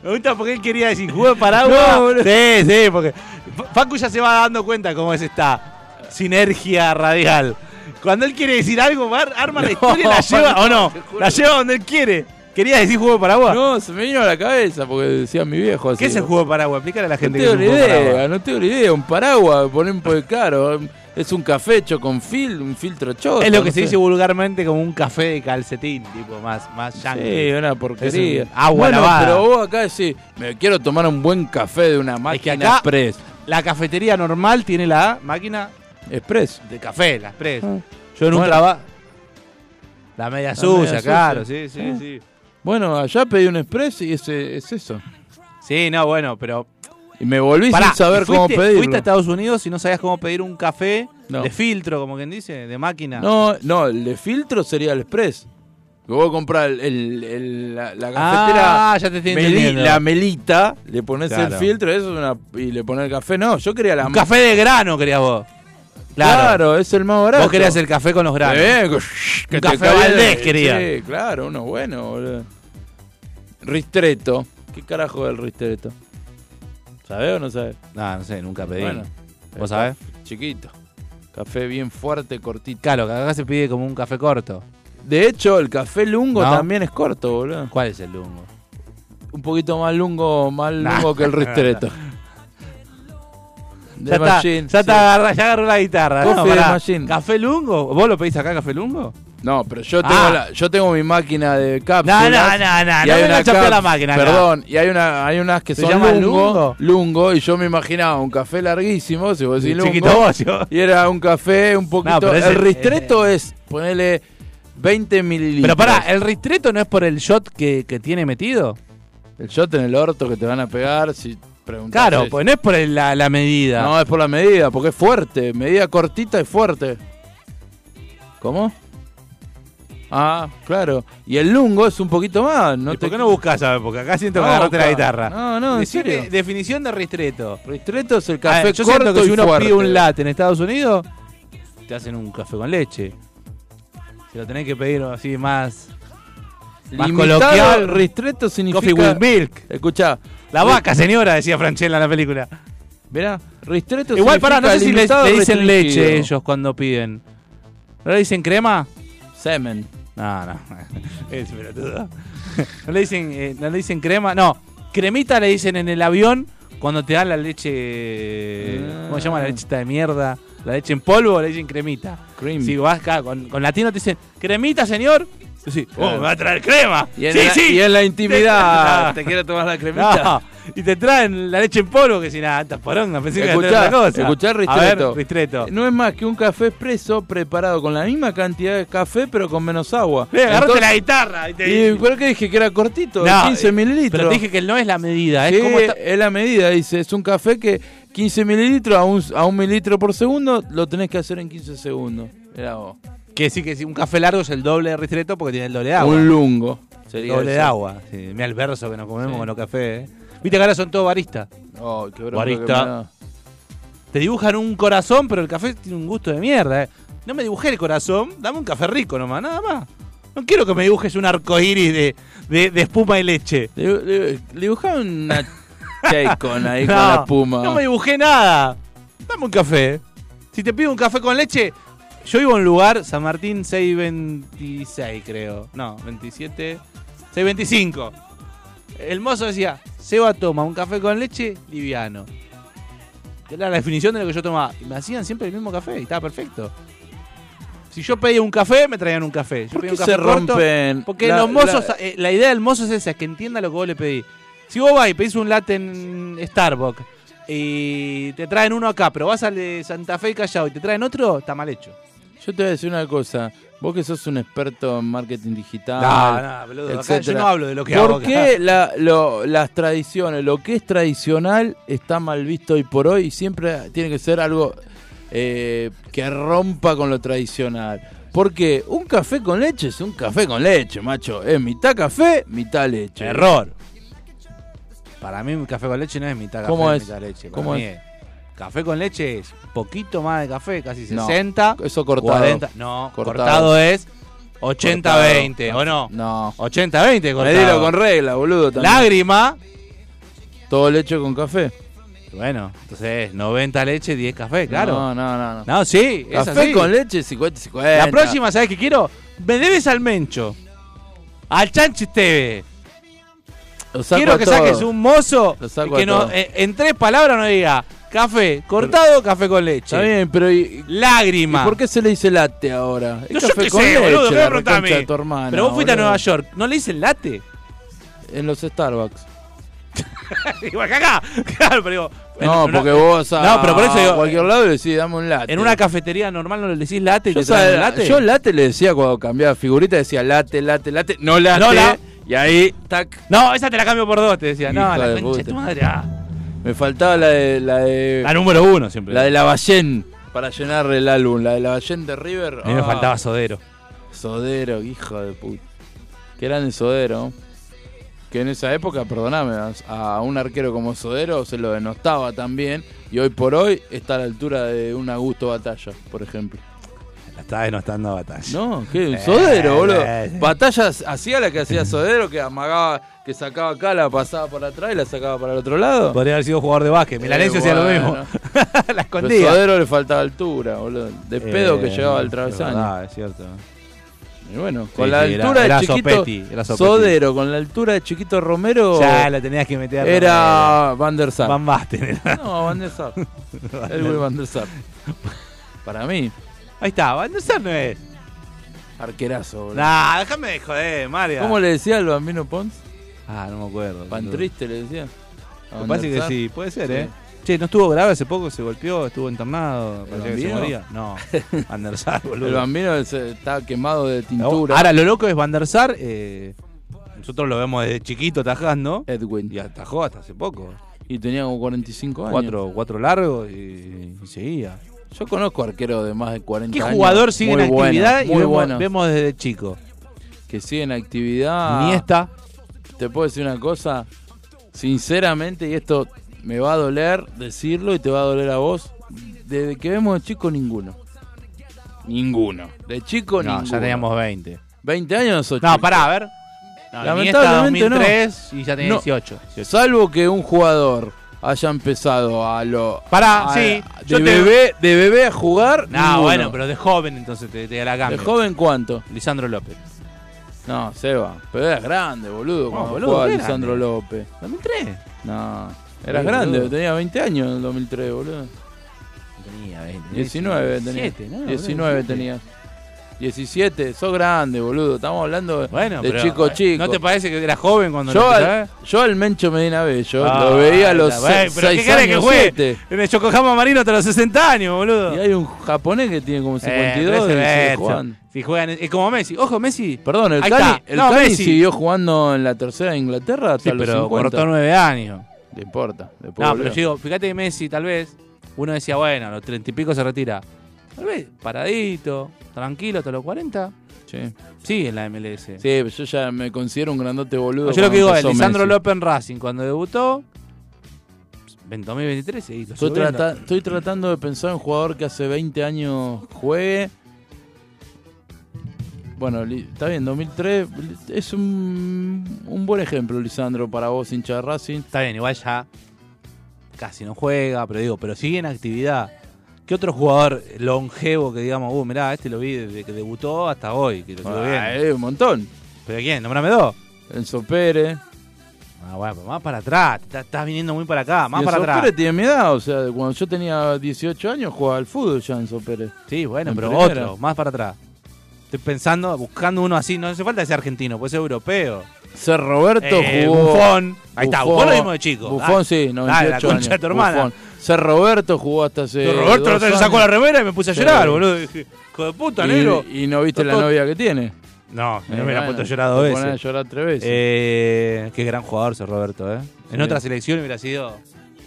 Me gusta porque él quería decir jugo de No, paraguas. boludo. sí, sí, porque F- Facu ya se va dando cuenta cómo es esta sinergia radial. Cuando él quiere decir algo, va, arma la historia y la lleva, ¿o no? La lleva donde él quiere. ¿Querías decir jugo de paraguas? No, se me vino a la cabeza porque decía mi viejo así. ¿Qué es el jugo de paraguas? Explícale a la No gente tengo qué ni es un jugo de idea, paraguas. no tengo ni idea. Un paraguas, poner un poco de caro. Es un café hecho con fil, un filtro choto. Es lo que se no sé. dice vulgarmente como un café de calcetín, tipo más, más yankee. Sí, una porquería. Es un agua lavada. Pero vos acá decís, me quiero tomar un buen café de una máquina acá- express. La cafetería normal tiene la máquina Express. de café, la express. Ah. Yo nunca Bueno. la va. La media media sucia, sucia. claro, sí, sí, Ah. sí. Bueno, allá pedí un express y ese, es eso. Sí, no, bueno, pero. Y me volví Pará, sin saber ¿fuiste- cómo pedirlo. Fuiste a Estados Unidos y no sabías cómo pedir un café No. de filtro, como quien dice, de máquina. No, no, el de filtro sería el express. Que vos compras el, el- el- la, la cafetera. Ah, ya te estoy meli- entendiendo. la melita, le pones el Claro. filtro eso es una, y le pones el café. No, yo quería la Un café de grano querías vos. Claro. Claro. es el más barato. Vos querías el café con los granos. Eh, que- que te café cae- Valdés quería. Sí, claro, uno bueno, boludo. Ristreto. ¿Qué carajo es el ristreto? ¿Sabés o no sabés? No, no sé, nunca pedí. Bueno. ¿Vos sabés? Chiquito. Café bien fuerte, cortito. Claro, que acá se pide como un café corto. De hecho, el café lungo No. también es corto, boludo. ¿Cuál es el lungo? Un poquito más lungo, más lungo que el ristreto. De Ya está, ya, Machine, está sí. agarra- ya agarró la guitarra. Coffee No, de pará. Machine. ¿Café lungo? ¿Vos lo pedís acá, café lungo? No, pero yo tengo, Ah. la- yo tengo mi máquina de cápsulas. No, no, no, no, Y no hay venga una a chapear cap- la máquina. acá. Perdón, y hay, una, hay unas que ¿Se son llama lungo, lungo. lungo? y yo me imaginaba un café larguísimo, si vos decís lungo. Chiquito bocio. Y era un café un poquito. No, pero ese- eh, el ristreto es, ponele 20 mililitros. Pero pará, ¿el ristreto no es por el shot que, que tiene metido? El shot en el orto que te van a pegar si preguntas. Claro, pues no es por el- la, la medida. No, es por la medida, porque es fuerte. Medida cortita y fuerte. ¿Cómo? Ah, claro. Y el lungo es un poquito más. No ¿Y te- ¿Por qué no buscás, sabes? Porque acá siento que No, agarraste la claro. guitarra. No, no, en Decí- serio. de- definición de ristreto. Ristreto es el A café ver, Ah, yo corto siento que si y uno fuerte. pide un latte en Estados Unidos, te hacen un café con leche. Si lo tenés que pedir así más... Más Limitado, coloquial. Ristretto significa. Coffee with milk. Escuchá. La vaca, señora, decía Franchella en la película. Mirá, ristretto Igual, pará, no sé si significa le, limitado, le dicen restringido. leche ellos cuando piden. ¿No le dicen crema? Semen. No, no. Es pelotudo. ¿No le, dicen, eh, ¿No le dicen crema? No. Cremita le dicen en el avión cuando te dan la leche. Ah. ¿Cómo se llama la leche esta de mierda? La leche en polvo le dicen cremita. Cream. Si vas acá con, con latino te dicen, cremita, señor. Sí, oh, me va a traer crema. Y en, sí, la, sí. y en la intimidad. No. Ah, ¿Te quiero tomar la No, y te traen la leche en polvo que si nada, esta poronga, pensé que Escuchá, era otra cosa. escuchá, A Ristretto. ver, ristreto. No es más que un café expreso preparado con la misma cantidad de café, pero con menos agua. Ve, agarraste Entonces- la guitarra y te ¿Y por qué dije que era cortito? No, eh, 15 mililitros. Pero te dije que no es la medida, Sí, es como está- es la medida, dice. Es un café que 15 mililitros a un, a un mililitro por segundo lo tenés que hacer en 15 segundos. Mirá vos. Que sí, que sí, un café largo es el doble de ristreto porque tiene el doble de agua. Un lungo. El Sería doble de eso. agua. Sí, mirá el verso que nos comemos Sí. con los cafés. eh. Viste que ahora son todos baristas. Oh, qué bronca que Barista. me da. Te dibujan un corazón, pero el café tiene un gusto de mierda. eh. No me dibujé el corazón, dame un café rico nomás, nada más. No quiero que me dibujes un arco iris de, de, de espuma y leche. Le, le- le dibujaba una chaycon ahí No, con la espuma. No me dibujé nada. Dame un café. Si te pido un café con leche, yo iba a un lugar, San Martín 626, creo. No, 27. 625. El mozo decía, Seba toma un café con leche liviano. Que Era la definición de lo que yo tomaba. Y me hacían siempre el mismo café y estaba perfecto. Si yo pedía un café, me traían un café. Yo ¿Por pedía qué un café se corto, rompen? porque La- los mozos, la- eh, la, idea del mozo es esa, que entienda lo que vos le pedís. Si vos vas y pedís un latte en Starbucks y te traen uno acá, pero vas al de Santa Fe y Callao y te traen otro, está mal hecho. Yo te voy a decir una cosa. Vos que sos un experto en marketing digital. No, no, boludo, acá Ah, etcétera. yo no hablo de lo que ¿Por hago acá. qué la- lo- las tradiciones, lo que es tradicional, está mal visto hoy por hoy y siempre tiene que ser algo eh, que rompa con lo tradicional? Porque un café con leche es un café con leche, macho. Es mitad café, mitad leche. Error. Para mí un café con leche no es mitad café, ¿Cómo es? mitad leche. Para ¿Cómo mí es? Café con leche es poquito más de café, casi No, 60. eso cortado. 40. No, cortado, Cortado. es 80-20, ¿o no? No. 80-20 cortado. Medilo con regla, boludo. también. Lágrima. Todo leche con café. Bueno, entonces 90 leche, 10 café, claro. No, No, no, no. no. sí, es Café así. con leche, 50 50. La próxima, ¿sabes qué quiero? Me debes al Mencho. Al Chanchis TV. Lo saco Quiero a que todo. saques un mozo Lo saco y que a no, todo. eh, en tres palabras nos diga café cortado, café con leche. Está bien, pero ¿y- ¿Y Lágrima. por qué se le dice latte ahora? Es No, yo café qué con sé, leche, boludo, ¿qué la me preguntás a reconcha mí? de tu hermana, Pero vos fuiste a boludo. Nueva York, ¿no le dicen late? En los Starbucks. Igual que acá. Claro, pero digo. en No, una- porque vos a, No, pero por eso digo- eh, a cualquier lado le decís, dame un latte. En una cafetería normal no le decís late y yo, te traen sabe- un latte. yo latte le decía cuando cambiaba figurita, decía latte, latte, latte, no latte. No la- Y ahí, tac, No, esa te la cambio por dos, te decía. No, Hija la de concha de puta. tu madre. ah. me faltaba la de la de La número uno siempre. la de Lavallén para llenar el álbum, la de Lavallén de River. A mí me Ah, faltaba Sodero. Sodero, hijo de puta. Que eran el Sodero. Que en esa época, perdoname, a- a un arquero como Sodero se lo denostaba también. Y hoy por hoy está a la altura de un Augusto Batalla, por ejemplo. La estaba denostando a batalla. No, que un Sodero, bolulo. eh. Batallas hacía la que hacía Sodero, que amagaba, que sacaba acá, la pasaba para atrás y la sacaba para el otro lado. Eh, Podría haber sido jugador de básquet. Milanesio Pues, hacía lo bueno. mismo. la Pero escondía. Sodero le faltaba altura, boludo. De pedo que llegaba al travesaño. Ah, Eh, es cierto. Y bueno, Sí, con la sí, era- altura era de chiquito Sopetti, era Sopetti. Sodero, con la altura de chiquito Romero Ya la tenías que meter. Oh. era Van der eh, Sar. Van Basten. era. No, Van der Sar. El güey Van der Sar. Para mí, Ahí está, Van der Sar no es. arquerazo, boludo. Nah, déjame de joder, Mario. ¿Cómo le decía al Bambino Pons? Ah, no me acuerdo. Pan boludo. triste le decía. A Me Van parece der que Sar. sí, puede ser, Sí. ¿eh? Che, ¿no estuvo grave hace poco? ¿Se golpeó? ¿Estuvo internado? ¿Parecía que se Bambino? moría? No, Van der Sar, boludo. El Bambino se- está quemado de tintura. Ahora, lo loco es Van der Sar. eh, nosotros lo vemos desde chiquito atajando. Edwin. Y atajó hasta hace poco. Y tenía como 45 años. Cuatro, cuatro largos y, y seguía. Yo conozco arqueros de más de 40 ¿Qué años. jugador sigue en Muy buenos, actividad y muy vemos, buenos. vemos desde chico? Que sigue en actividad. Iniesta. Te puedo decir una cosa, sinceramente, y esto me va a doler decirlo y te va a doler a vos. Desde que vemos de chico, ninguno. Ninguno. De chico, No, ninguno. ya teníamos 20. 20 años o No, pará, a ver. No, Lamentablemente Iniesta 2003 y ya tenía No. 18. Salvo que un jugador haya empezado a lo. Pará, a- sí, yo De te- bebé, de bebé a jugar. No, ninguno. bueno, pero de joven entonces te, te la ¿De cambio. joven cuánto? Lisandro López. No, Seba. Pero eras grande, boludo. cuando boludo, jugaba era Lisandro grande. López. 2003. No. Eras Sí, grande, boludo. tenía 20 años en el 2003, boludo. Tenía 20. 19 tenía. 17, ¿no? 19 tenía. 17, sos grande, boludo. Estamos hablando de, Bueno, de pero, chico eh, chico. ¿No te parece que era joven cuando yo, lo al, empezaba? yo al Mencho Medina Bello Ah, lo veía a los la- bueno, 6 pero ¿qué querés que años, juegue? siete. En el Yokohama Marino hasta los 60 años, boludo. Y hay un japonés que tiene como 52 Eh, y sigue pero ese jugando. Bercho. Si juegan, es como Messi. Ojo, Messi. Perdón, el Ahí Cani, está. el No, Cani Messi. siguió jugando en la tercera de Inglaterra hasta Sí, los pero 50. cortó 9 años. Le importa. después No, volvió. pero yo digo, fíjate que Messi, tal vez, uno decía, bueno, a los 30 y pico se retira. Tal vez, paradito, tranquilo, hasta los 40. Sí, Sí, en la MLS. Sí, pero yo ya me considero un grandote boludo. yo lo que cuando digo es, empezó Lisandro Messi. López en Racing, cuando debutó, En 2023 sí, lo Estoy, sigo viendo. trata- estoy tratando de pensar en un jugador que hace 20 años juegue. Bueno, Li- está bien, 2003 es un, un buen ejemplo, Lisandro, para vos, hincha de Racing. Está bien, igual ya casi no juega, pero digo, pero sigue en actividad. ¿Qué otro jugador longevo que digamos, uh, mirá, este lo vi desde que debutó hasta hoy, que lo sigo Ah, viendo"? eh, un montón. ¿Pero quién? Nombrame dos. Enzo Pérez. Ah, bueno, pero más para atrás, te está- estás viniendo muy para acá, más Y para Enzo atrás. Pérez tiene mi edad, o sea, cuando yo tenía 18 años jugaba al fútbol ya Enzo Pérez. Sí, bueno, en pero primera. otro, más para atrás. Estoy pensando, buscando uno así, no hace falta que sea argentino, puede ser europeo. Ser Roberto Eh, jugó. Bufón. Ahí está, Bufón lo vimos de chico. Bufón, Ah, sí, dale, 98 la concha de años, tu hermana. Bufón. Ser Roberto jugó hasta hace. Pero Roberto dos no te sacó la años. remera y me puse a Sí. llorar, boludo. Dije, hijo de puta, negro. y, y no viste la Tocó- novia que tiene. No, Eh, no me la he bueno, puesto a llorar dos te ponen a veces. llorar tres veces. Eh, qué gran jugador ese Roberto, ¿eh? En Sí. otra selección hubiera sido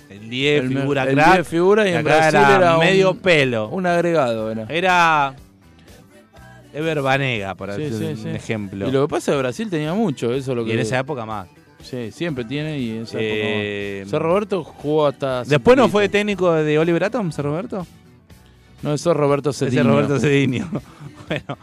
el 10 El me- figura el crack. 10 figura y en acá Brasil era, era un- medio pelo. Un agregado era. Era Ever Banega, por Sí, hacer sí, un sí. ejemplo. Y lo que pasa es que Brasil tenía mucho, eso es lo que. Y en esa época más. Sí, siempre tiene y en esa época. Eh, más. Ser Roberto jugó hasta. Después no fue este- cincuenta. técnico de Oliver Atom, ¿se Roberto? No, eso es Roberto Ese Cedinho. Roberto Cedinho. bueno.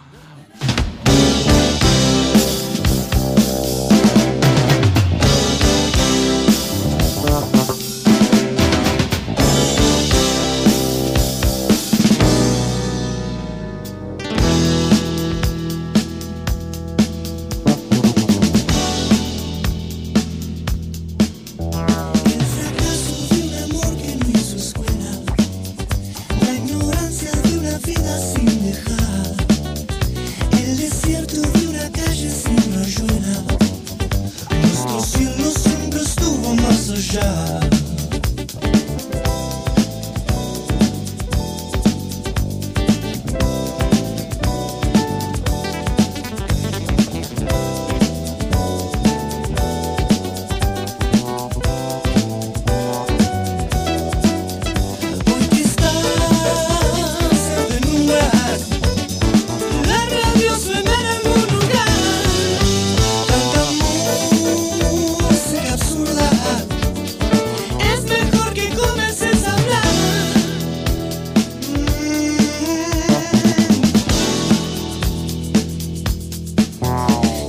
El fracaso de un amor que no hizo escuela, la ignorancia de una vida sin dejar, el desierto de una calle sin rayuela, nuestro cielo siempre estuvo más allá. Porque estás en un lugar, la radio suena en algún lugar, tanta música absurda, es mejor que comiences a Mm. hablar.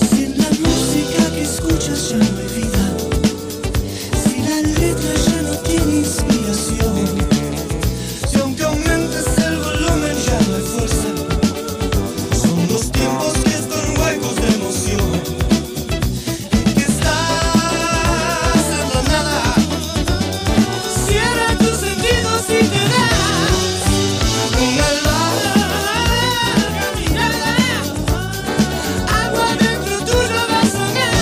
Si la música que escuchas ya no hay vida, si la letra ya no tiene inspiración. Si aunque aumentes el volumen ya no hay fuerza Son los tiempos que están huecos de emoción En que estás en la nada Cierra tus sentidos y te das Una larga mirada Agua dentro tuyo va a sonar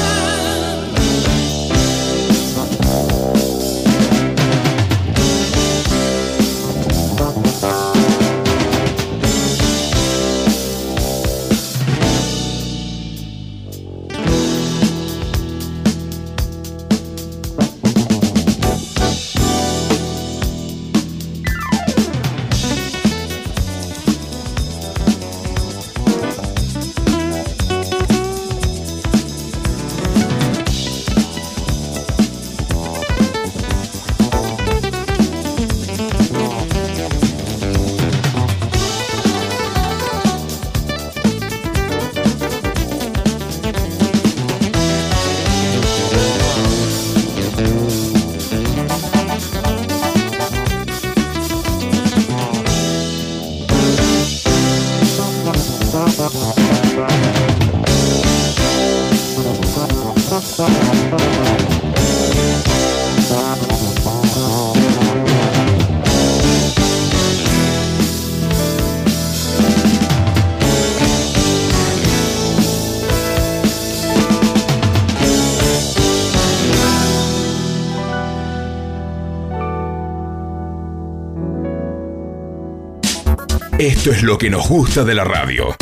Esto es lo que nos gusta de la radio.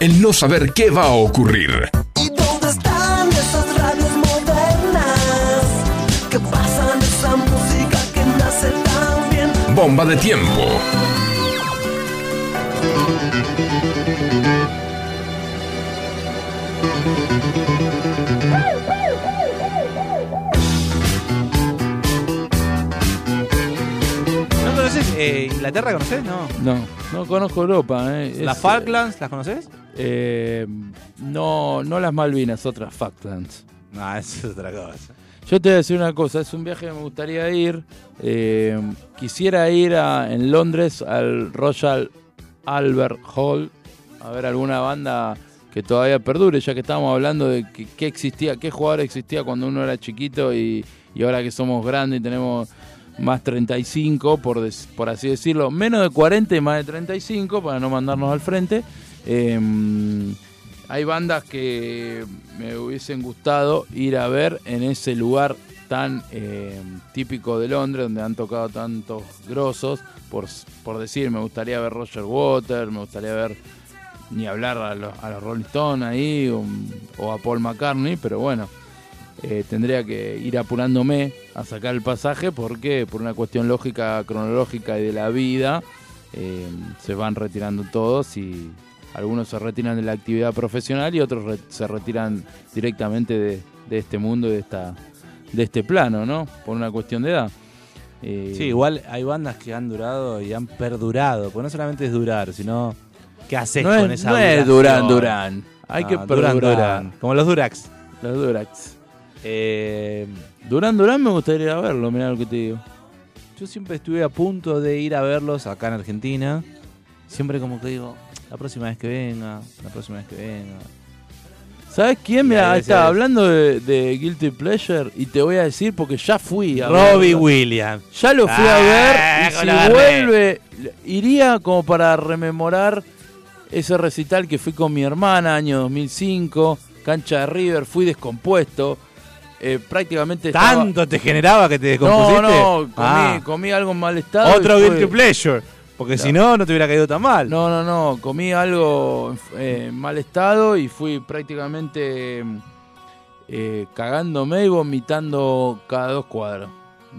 El no saber qué va a ocurrir. ¿Y dónde están esas radios modernas? ¿Qué pasan esa música que nace tan bien? Bomba de tiempo. eh, ¿Inglaterra conoces? No. No, no conozco Europa. Eh. ¿Las Es, Falklands las conoces? eh, no, no las Malvinas, otras Falklands. No, eso es otra cosa. Yo te voy a decir una cosa, es un viaje que me gustaría ir. eh, quisiera ir a- en Londres al Royal Albert Hall a ver alguna banda que todavía perdure, ya que estábamos hablando de que- qué existía, qué jugador existía cuando uno era chiquito y, y ahora que somos grandes y tenemos más 35, por, des- por así decirlo, menos de 40 y más de 35, para no mandarnos al frente. em, hay bandas que me hubiesen gustado ir a ver en ese lugar tan eh, típico de Londres, donde han tocado tantos grosos. Por, por decir, me gustaría ver Roger Waters, me gustaría ver ni hablar a los, a los Rolling Stones ahí o, o a Paul McCartney, pero bueno, eh, tendría que ir apurándome a sacar el pasaje porque por una cuestión lógica, cronológica y de la vida, eh, se van retirando todos y algunos se retiran de la actividad profesional y otros re- se retiran directamente de, de este mundo y de, esta, de este plano, ¿no? Por una cuestión de edad. Eh, Sí, igual hay bandas que han durado y han perdurado. Porque no solamente es durar, sino. ¿Qué haces no con es, esa no es duración? Durán Durán. Hay Ah, que Duran perdurar. Duran, Como los Durax. Los Durax. Eh, Durán Durán me gustaría ir a verlo, mirá lo que te digo. yo siempre estuve a punto de ir a verlos acá en Argentina. Siempre como que digo, la próxima vez que venga, la próxima vez que venga. ¿Sabes quién? Y Mirá, ahí ahí está decías- hablando de, de Guilty Pleasure y te voy a decir porque ya fui a Robbie verlo. Williams. Ya lo fui Ah, con la a agarré. ver. Y si vuelve, iría como para rememorar ese recital que fui con mi hermana, año 2005, cancha de River, fui descompuesto. eh, prácticamente estaba- ¿Tanto te generaba que te No, descompusiste? no, comí, Ah, comí algo en mal estado. Otro y fue- Guilty Pleasure. Porque si no, no te hubiera caído tan mal. No, no, no, comí algo eh, en mal estado y fui prácticamente eh, cagándome y vomitando cada dos cuadros.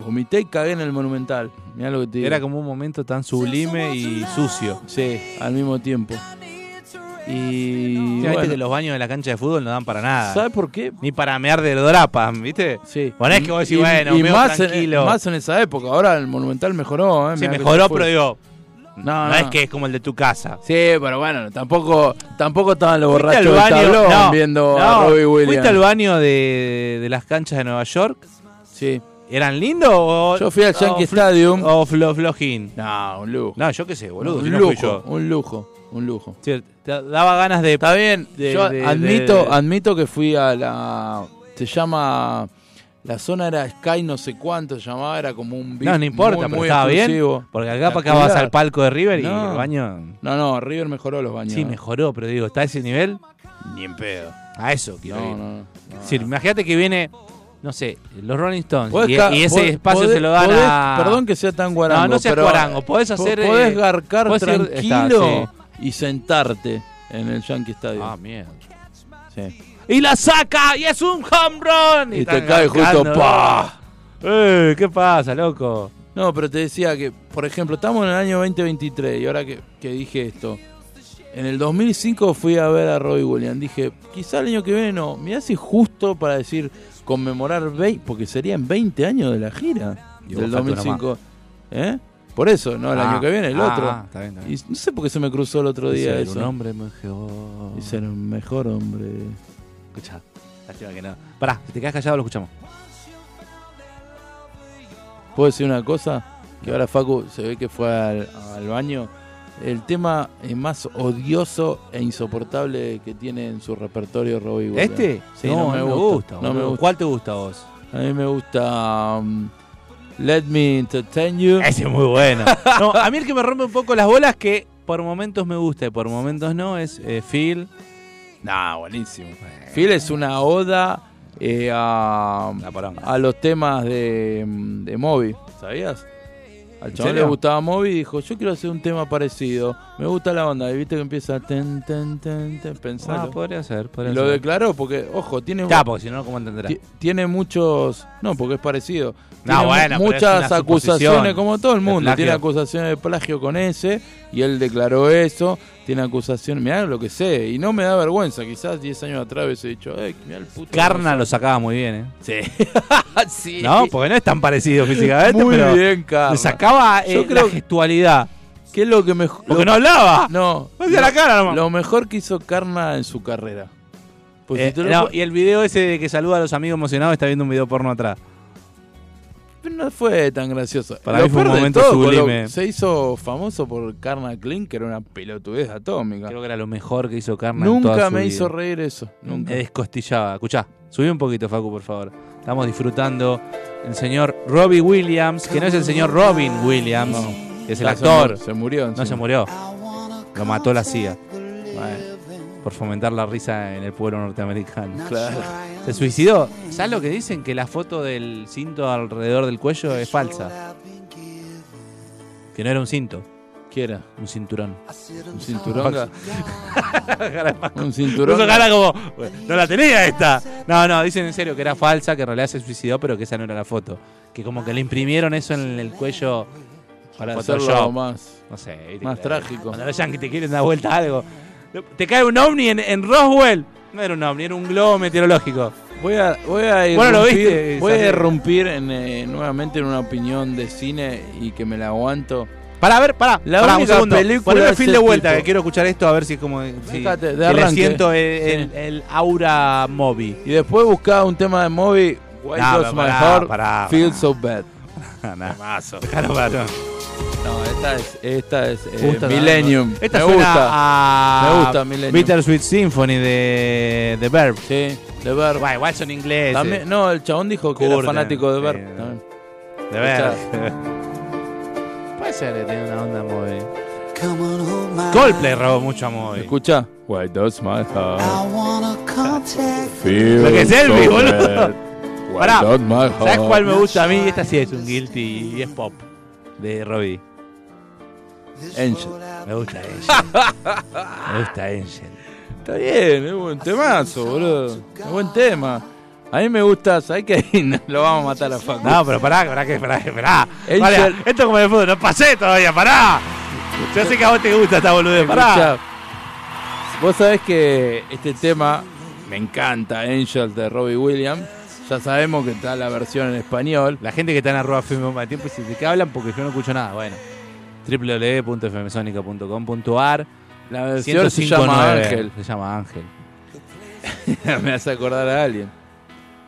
Vomité y cagué en el Monumental. Mirá lo que te digo. Era como un momento tan sublime y sucio. Sí, al mismo tiempo. Y Viste bueno, que los baños de la cancha de fútbol no dan para nada. ¿sabes por qué? Ni para mear de dorapan, ¿viste? Sí. Bueno, es que vos decís, bueno, meo tranquilo. En, más en esa época. Ahora el Monumental mejoró, ¿eh? Se Mirá que mejoró, fue. pero digo, No, no, no. es que es como el de tu casa. Sí, pero bueno, tampoco, tampoco estaban los Fuiste borrachos al del tablón no, viendo no, a Robbie Williams. ¿Fuiste al baño de, de las canchas de Nueva York? Sí. ¿Eran lindos o.? Yo fui al o Yankee flo- Stadium. O flo- flojín. No, un lujo. No, yo qué sé, boludo. si un no lujo, fui yo. un lujo, un lujo. Sí, te daba ganas de. Está bien, de- yo de- admito, de- admito que fui a la se llama la zona era Sky no sé cuánto se llamaba, era como un beat No, no importa, muy, pero muy estaba exclusivo. bien. Porque acá para acá vas al palco de River y No. el baño. No, no, River mejoró los baños. Sí, ¿eh? mejoró, pero digo, ¿está a ese nivel? Ni en pedo. A eso quiero No, ir. no, no. Es decir, imagínate que viene, no sé, los Rolling Stones. Podés Y, e- ca- y ese pod- espacio podés- se lo dan podés- a. Perdón que sea tan guarango. No, no seas pero guarango, podés hacer, eh, podés garcar podés ir- está, tranquilo y sentarte en el Yankee Stadium. Ah, mierda. Sí. Y la saca y es un home run. Y te están cae garcando, justo, ¡pa! ¡Eh! ¿Qué pasa, loco? No, pero te decía que, por ejemplo, estamos en el año 2023 y ahora que, que dije esto. En el 2005 fui a ver a Roy Williams. Dije, quizá el año que viene no. Mirá si justo para decir conmemorar, vei- porque serían 20 años de la gira Y del vos falta una 2005. ¿eh? Por eso, no el Ah, año que viene, el ah, otro. ah, está bien, está bien. Y no sé por qué se me cruzó el otro día Ser eso. un hombre mejor. Y ser un mejor hombre. Escucha, lástima que no. Pará, si te quedas callado lo escuchamos. ¿Puedo decir una cosa? Que ahora Facu se ve que fue al, al baño. El tema eh, más odioso e insoportable que tiene en su repertorio Robbie Williams. ¿Este? Sí, no, a me, mí gusta. no boludo. me gusta. ¿Cuál te gusta a vos? A mí me gusta um, Let Me Entertain You. Ese es muy bueno. No, a mí el que me rompe un poco las bolas, que por momentos me gusta y por momentos no, es eh, Phil. Nah, buenísimo. Phil es una oda eh, a, La poronga. a los temas de, mm, de Moby, ¿sabías? Al chaval le serio? gustaba Moby y dijo, yo quiero hacer un tema parecido. Me gusta la banda. Y viste que empieza... Ten, ten, ten, ten, pensalo. Ah, podría ser, podría Y lo ser. declaró porque, ojo, tiene, Ya, porque si no, ¿cómo entenderás? ti- tiene muchos. No, porque es parecido. No, Tiene mu- bueno, pero es muchas una acusaciones, suposición. como todo el De mundo. plagio. Tiene acusaciones de plagio con ese, y él declaró eso. Tiene acusaciones, mirá lo que sé. Y no me da vergüenza, quizás 10 años atrás hubiese dicho, eh, mirá el puto. Carna lo sacaba muy bien, ¿eh? Sí. sí. No, porque no es tan parecido físicamente, Muy pero bien, Carna. le sacaba eh, Yo creo- la gestualidad, ¿Qué es lo que mejor. Porque no hablaba. No. No hacía lo- la cara nomás. Lo mejor que hizo Carna en su carrera. Pues si Eh, te lo no, pu- y el video ese de que saluda a los amigos emocionados está viendo un video porno atrás. no fue tan gracioso. Para Lo mí fue un peor de momento todo, Colo- sublime. Se hizo famoso por Carna Clean, que era una pelotudez atómica. Creo que era lo mejor que hizo Carna en toda Nunca su me vida. Eh, hizo reír eso. Nunca. Me descostillaba. Escuchá, subí un poquito, Facu, por favor. Estamos disfrutando el señor Robbie Williams, que no es el señor Robin Williams, que es el Ah, se actor. murió, Se murió. No encima. se murió. Lo mató la CIA. Por fomentar la risa en el pueblo norteamericano. Se suicidó. ¿Sabes lo que dicen? Que la foto del cinto alrededor del cuello es falsa. Que no era un cinto, ¿Qué era? un cinturón. ¿Un cinturón? ¿Un Puso cinturón? cara como, no la tenía esta. No, no, dicen en serio que era falsa, que en realidad se suicidó, pero que esa no era la foto. Que como que le imprimieron eso en el cuello para Para Photoshop. hacerlo más. No sé. ¿viste? Más trágico. Cuando los yankees te quieren dar vuelta a algo. Te cae un ovni en, en Roswell. No era un ovni, era un globo meteorológico. Voy a, voy a irrumpir, Bueno, lo viste, voy a salió. irrumpir en, eh, nuevamente en una opinión de cine y que me la aguanto. Para ver, para, La para un única segundo. película Poneme de el film ese de vuelta, tipo. que quiero escuchar esto a ver si es como. si- Fíjate, de que le arranque. siento el, el- el aura mobi. Y después buscaba un tema de Moby. Why No, pará, does my heart pará, feel pará. so bad? No, esta es, esta es eh, Millennium. Esta me suena gusta. a Me gusta Millennium. Bittersweet Symphony de, de Verb. Sí, de ver. Guay, igual son ingleses. También, no, el chabón dijo que Curten, era fanático de ver. sí. también. de Verb. Puede ser que tenga una onda mobi. Come on, hold my Coldplay robó mucho a mobi. Escucha. Why does my heart I wanna contact feel Lo que es Elvis, so boludo. bad? Why Pará, does my ¿Sabes heart- cuál me gusta a mí? Esta sí es un guilty y es pop. De Robbie. Angel. Me gusta Angel. Me gusta Angel. Está bien, es buen temazo, boludo. Es buen tema. A mí me gusta, ¿sabes qué? Lo vamos a matar a Facu. No, pero pará, pará, que pará, que pará. Angel- Pará, Esto es como de fútbol, no pasé todavía, pará. Yo sé que a vos te gusta esta boludez, pará. Escuchá, vos sabés que este tema me encanta, Angel de Robbie Williams. Ya sabemos que está la versión en español. La gente que está en arroba FM más tiempo dice, ¿de qué hablan? Porque yo no escucho nada. Bueno, www.fmsonica.com.ar La versión se llama 105.9. Ángel. Se llama Ángel. me hace acordar a alguien.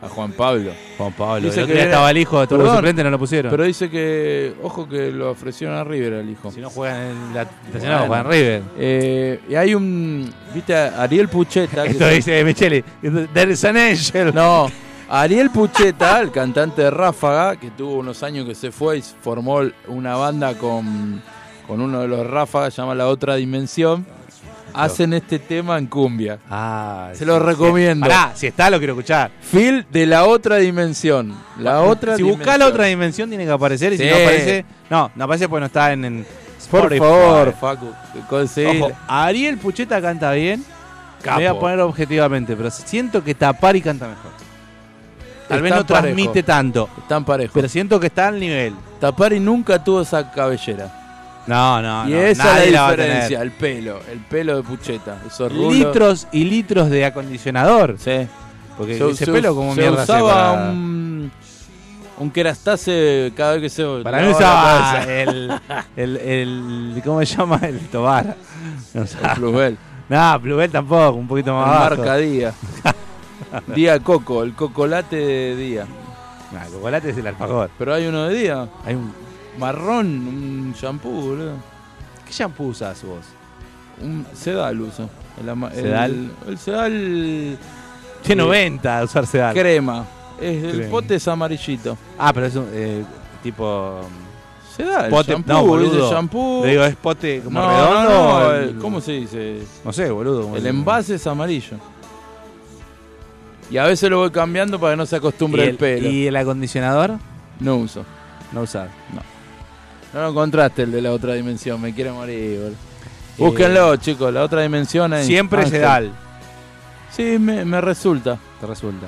A Juan Pablo. Juan Pablo. Dice el otro que día era- estaba el hijo, tuvo Perdón, suplente, no lo pusieron. Pero dice que, ojo que lo ofrecieron a River al hijo. si no juegan en la Bueno. no, juegan en River. Eh, y hay un, viste, a Ariel Pucheta. que Esto se- dice Michele. There is an angel. No, Ariel Pucheta, el cantante de Ráfaga, que tuvo unos años que se fue y formó una banda con, con uno de los Ráfagas, se llama La Otra Dimensión, hacen este tema en cumbia. Ah, Se lo recomiendo. Pará, si está, lo quiero escuchar. Phil de La Otra Dimensión. La Otra Eh, si Dimensión. buscás la otra dimensión, tiene que aparecer. Y Sí. si no aparece, no, no aparece porque no está en, en Por Spotify. favor, Facu, conseguí. Ojo, Ariel Pucheta canta bien. Capo. Me voy a poner objetivamente, pero siento que Tapari canta mejor. Tal vez Están no transmite parejos. tanto, Están parejos. pero siento que está al nivel. Tapari nunca tuvo esa cabellera. No, no, y no. esa nadie es la va a diferencia, el pelo, el pelo de Pucheta. Esos tener. rulos. Litros y litros de acondicionador. Sí. Porque Se- Eh, ese se pelo us- como se mierda hace usaba para- un, un kerastase cada vez que se Para mí lavaba la usaba cabeza. el, el, el- ¿Cómo se llama? El Tobar. No, usaba- El Plusbel, no, Plubel tampoco, un poquito el más bajo. marca Día. Día Coco, el cocolate de Día. No, el chocolate es el alfajor. Pero hay uno de Día, Hay un... marrón, un shampoo, boludo. ¿Qué shampoo usas vos? Un sedal uso. El, ama- el- ¿Sedal? El, sedal Che, 90 usar sedal. crema. Es, el Crema. pote es amarillito. Ah, pero es un eh, tipo... Sedal, Pote- shampoo, no, boludo, boludo. shampoo. Le digo, ¿es pote como No, redondo? no, o no, el- el- ¿Cómo se dice? No sé, boludo. ¿cómo El se- envase es amarillo. Y a veces lo voy cambiando para que no se ¿Y acostumbre el, el, pelo. ¿Y el acondicionador? No uso. No usar. No lo encontraste el de la otra dimensión. Me quiere morir, boludo. Búsquenlo, chicos. La otra dimensión es. Eh, Siempre Ángel. sedal. Sí, me, me resulta. Te resulta.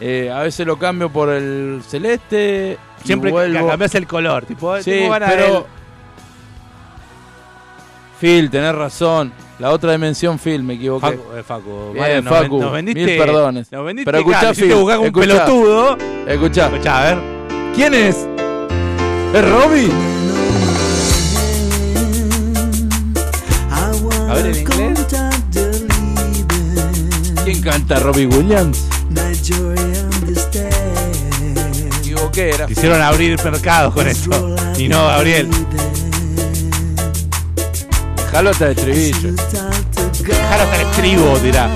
Eh, a veces lo cambio por el celeste. y Siempre que vuelvo. cambias el color. Tipo, Sí, tengo ganas pero. del- Phil, tenés razón. La otra dimensión, Phil, me equivoqué. Facu, eh, Facu, Bien, vale, nos Facu, ven- nos vendiste, mil perdones. Nos vendiste Pero escuchá, caro, hiciste Phil, buscar un escuchá. pelotudo. Escuchá, Escuchá, a ver. ¿quién es? ¿Es Robbie? en inglés? ¿Quién canta? Robbie Williams. Digo, ¿qué era? Quisieron abrir mercados con esto. Y no, Gabriel. Jalota de estribillo. Dejaros al estribo, dirá.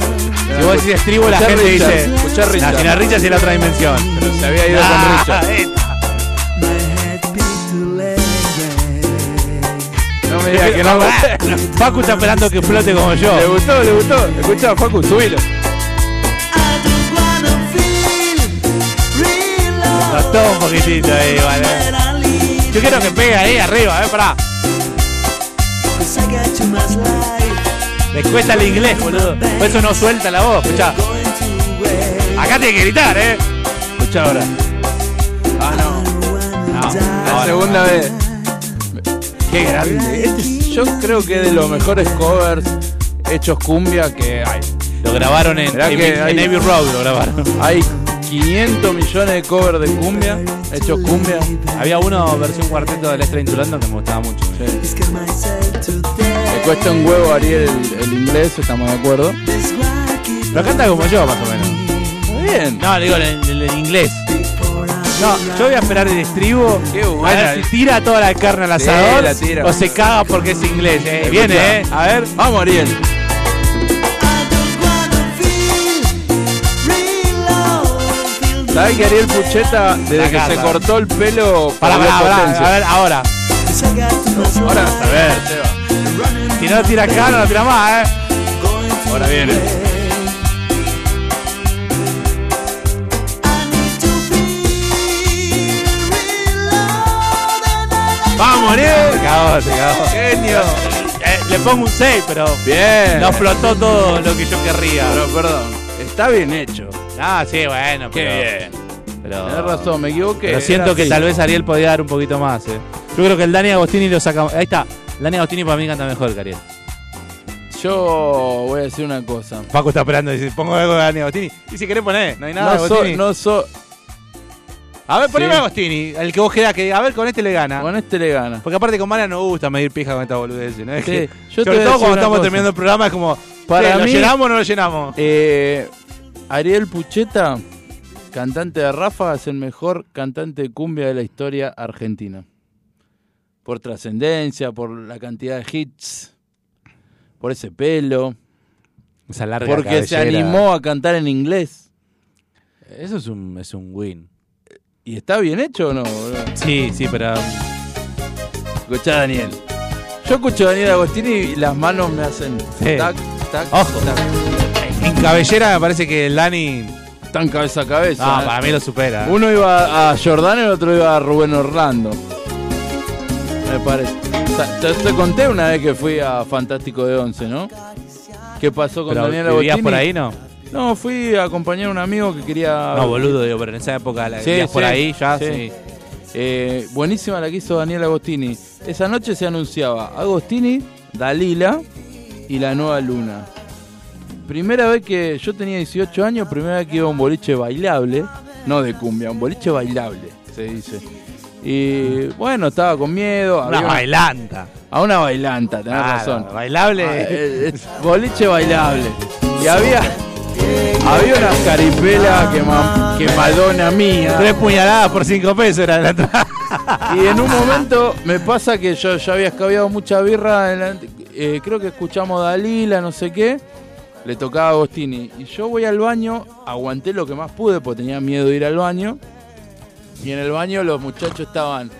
Si vos decís estribo, la Escuchá gente Richard, dice. escuchá Richard. La Richard es la otra dimensión. Se había ido Ah, con Richard. esta. No me digas que no. eh, Bueno, Facu está esperando que flote como yo. ¿Le gustó? ¿Le gustó? Escucha, Facu, subilo. Costó un poquitito ahí, vale. Yo quiero que pegue ahí arriba, eh, pará. Le cuesta el inglés, boludo. Por eso no suelta la voz, escuchá. Acá tiene que gritar, eh. Escuchá ahora. Ah, no. No, La no, no. segunda vez. Qué grande. Este es- yo creo que es de los mejores covers hechos cumbia que hay. Lo grabaron en, Mirá en, que hay- en Abbey Road, lo grabaron. Hay 500 millones de covers de cumbia, hechos cumbia. Había uno versión cuarteto de Lester Intulando que me gustaba mucho. Me cuesta un huevo Ariel el, el inglés, estamos de acuerdo. Lo canta como yo, más o menos. Muy bien. No, digo en, en- en inglés. No, yo voy a esperar el estribo. Qué a buena. ver si tira toda la carne al Sí, asador la tira. o se caga porque es inglés. Eh, viene, eh. A ver, vamos Ariel. ¿Sabes que Ariel Pucheta, desde La que gata. se cortó el pelo, Para, perdió para, potencia? a ver, ahora. Ahora, a ver, Si no tira acá, no la tira más, eh. ahora viene. Vamos, Ariel. Se cagó, se cagó. Genio. Eh, le pongo un 6, pero Bien. no flotó todo lo que yo querría. Pero, perdón. Está bien hecho. Ah, sí, bueno, Qué pero. Pero, Tenés razón, me equivoqué. pero siento Era que así. tal vez Ariel podía dar un poquito más, eh. Yo creo que el Dani Agostini lo saca. Ahí está. Dani Agostini para mí canta mejor que Ariel. Yo voy a decir una cosa. Paco está esperando, dice, pongo algo de Dani Agostini. Y si querés poner, no hay nada de No soy, Agostini. no soy. A ver, poneme Sí. a Agostini, el que vos querás, que a ver, con este le gana. Con este le gana. Porque aparte con Mara no gusta medir pija con esta boludez, ¿no? Es Sí, que- yo te sobre voy a todo decir cuando una estamos cosa. terminando el programa es como, Para che, ¿lo mí- llenamos o no lo llenamos? Eh, Ariel Pucheta, cantante de Rafa, es el mejor cantante de cumbia de la historia argentina. Por trascendencia, por la cantidad de hits, por ese pelo, Esa larga porque se animó a cantar en inglés. Eso es un, es un win. ¿Y está bien hecho o no? boludo? Sí, sí, pero... Escuchá, Daniel. Yo escucho a Daniel Agostini y las manos me hacen Sí. tac, tac, Ojo. tac. En cabellera me parece que el Dani... Tan cabeza a cabeza. Ah, ¿eh? para mí lo supera. Uno iba a Jordán y el otro iba a Rubén Orlando. Me parece. O sea, te, te conté una vez que fui a Fantástico de Once, ¿no? ¿Qué pasó con Pero Daniel vivías Agostini? por ahí, ¿no? No, fui a acompañar a un amigo que quería... No, boludo, digo, pero en esa época la Sí, vivías por sí, ahí ya, eh, sí. sí. Eh, buenísima la que hizo Daniel Agostini. Esa noche se anunciaba Agostini, Dalila y La Nueva Luna. Primera vez que yo tenía 18 años, primera vez que iba a un boliche bailable, no de cumbia, un boliche bailable, se dice. Y bueno, estaba con miedo. Una había una- bailanta. a una bailanta, tenés Claro, razón. Bailable. Ah, eh, eh, boliche bailable. Y había, había una caripela que, ma- que Madonna mía. Tres puñaladas por cinco pesos era la entrada. Y en un momento me pasa que yo ya había escabeado mucha birra. en la- eh, creo que escuchamos Dalila, no sé qué. Le tocaba a Agostini. Y yo voy al baño, aguanté lo que más pude porque tenía miedo de ir al baño. Y en el baño los muchachos estaban.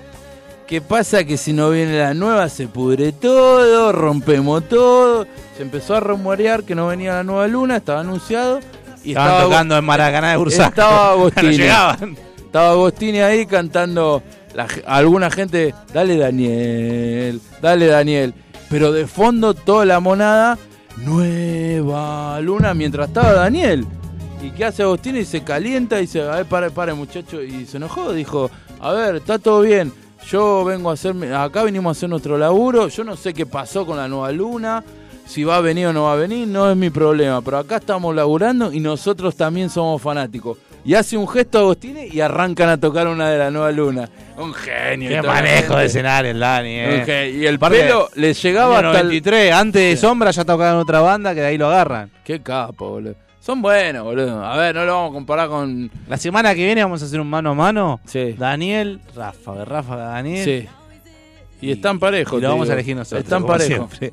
¿Qué pasa? Que si no viene la nueva se pudre todo, rompemos todo. Se empezó a rumorear que no venía la nueva luna, estaba anunciado. Y Estaban estaba, tocando en Maracaná de Bursaco. estaba No Agostini. llegaban. Estaba Agostini ahí cantando la ge- alguna gente, dale Daniel, dale Daniel. Pero de fondo toda la monada, nueva luna, mientras estaba Daniel. ¿Y qué hace Agostini? Se calienta y dice, a ver, pare, pare muchacho. Y se enojó, dijo, a ver, está todo bien. Yo vengo a hacer, mi- acá venimos a hacer nuestro laburo, yo no sé qué pasó con la nueva luna. Si va a venir o no va a venir, no es mi problema. Pero acá estamos laburando y nosotros también somos fanáticos. y hace un gesto a Agostini y arrancan a tocar una de la nueva luna. Un genio. Qué y toda la manejo gente. de escenario el Dani, eh. Un genio. Y el Aparte, pelo les llegaba Año hasta el... 93, antes de Sombra ya tocaban otra banda que de ahí lo agarran. Qué capo, boludo. Son buenos, boludo. A ver, no lo vamos a comparar con... La semana que viene vamos a hacer un mano a mano. Sí. Daniel, Ráfaga, Ráfaga, Daniel. Sí. Y están parejos. Y lo te vamos digo. a elegir nosotros. Están como parejos. siempre.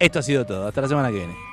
Esto ha sido todo. Hasta la semana que viene.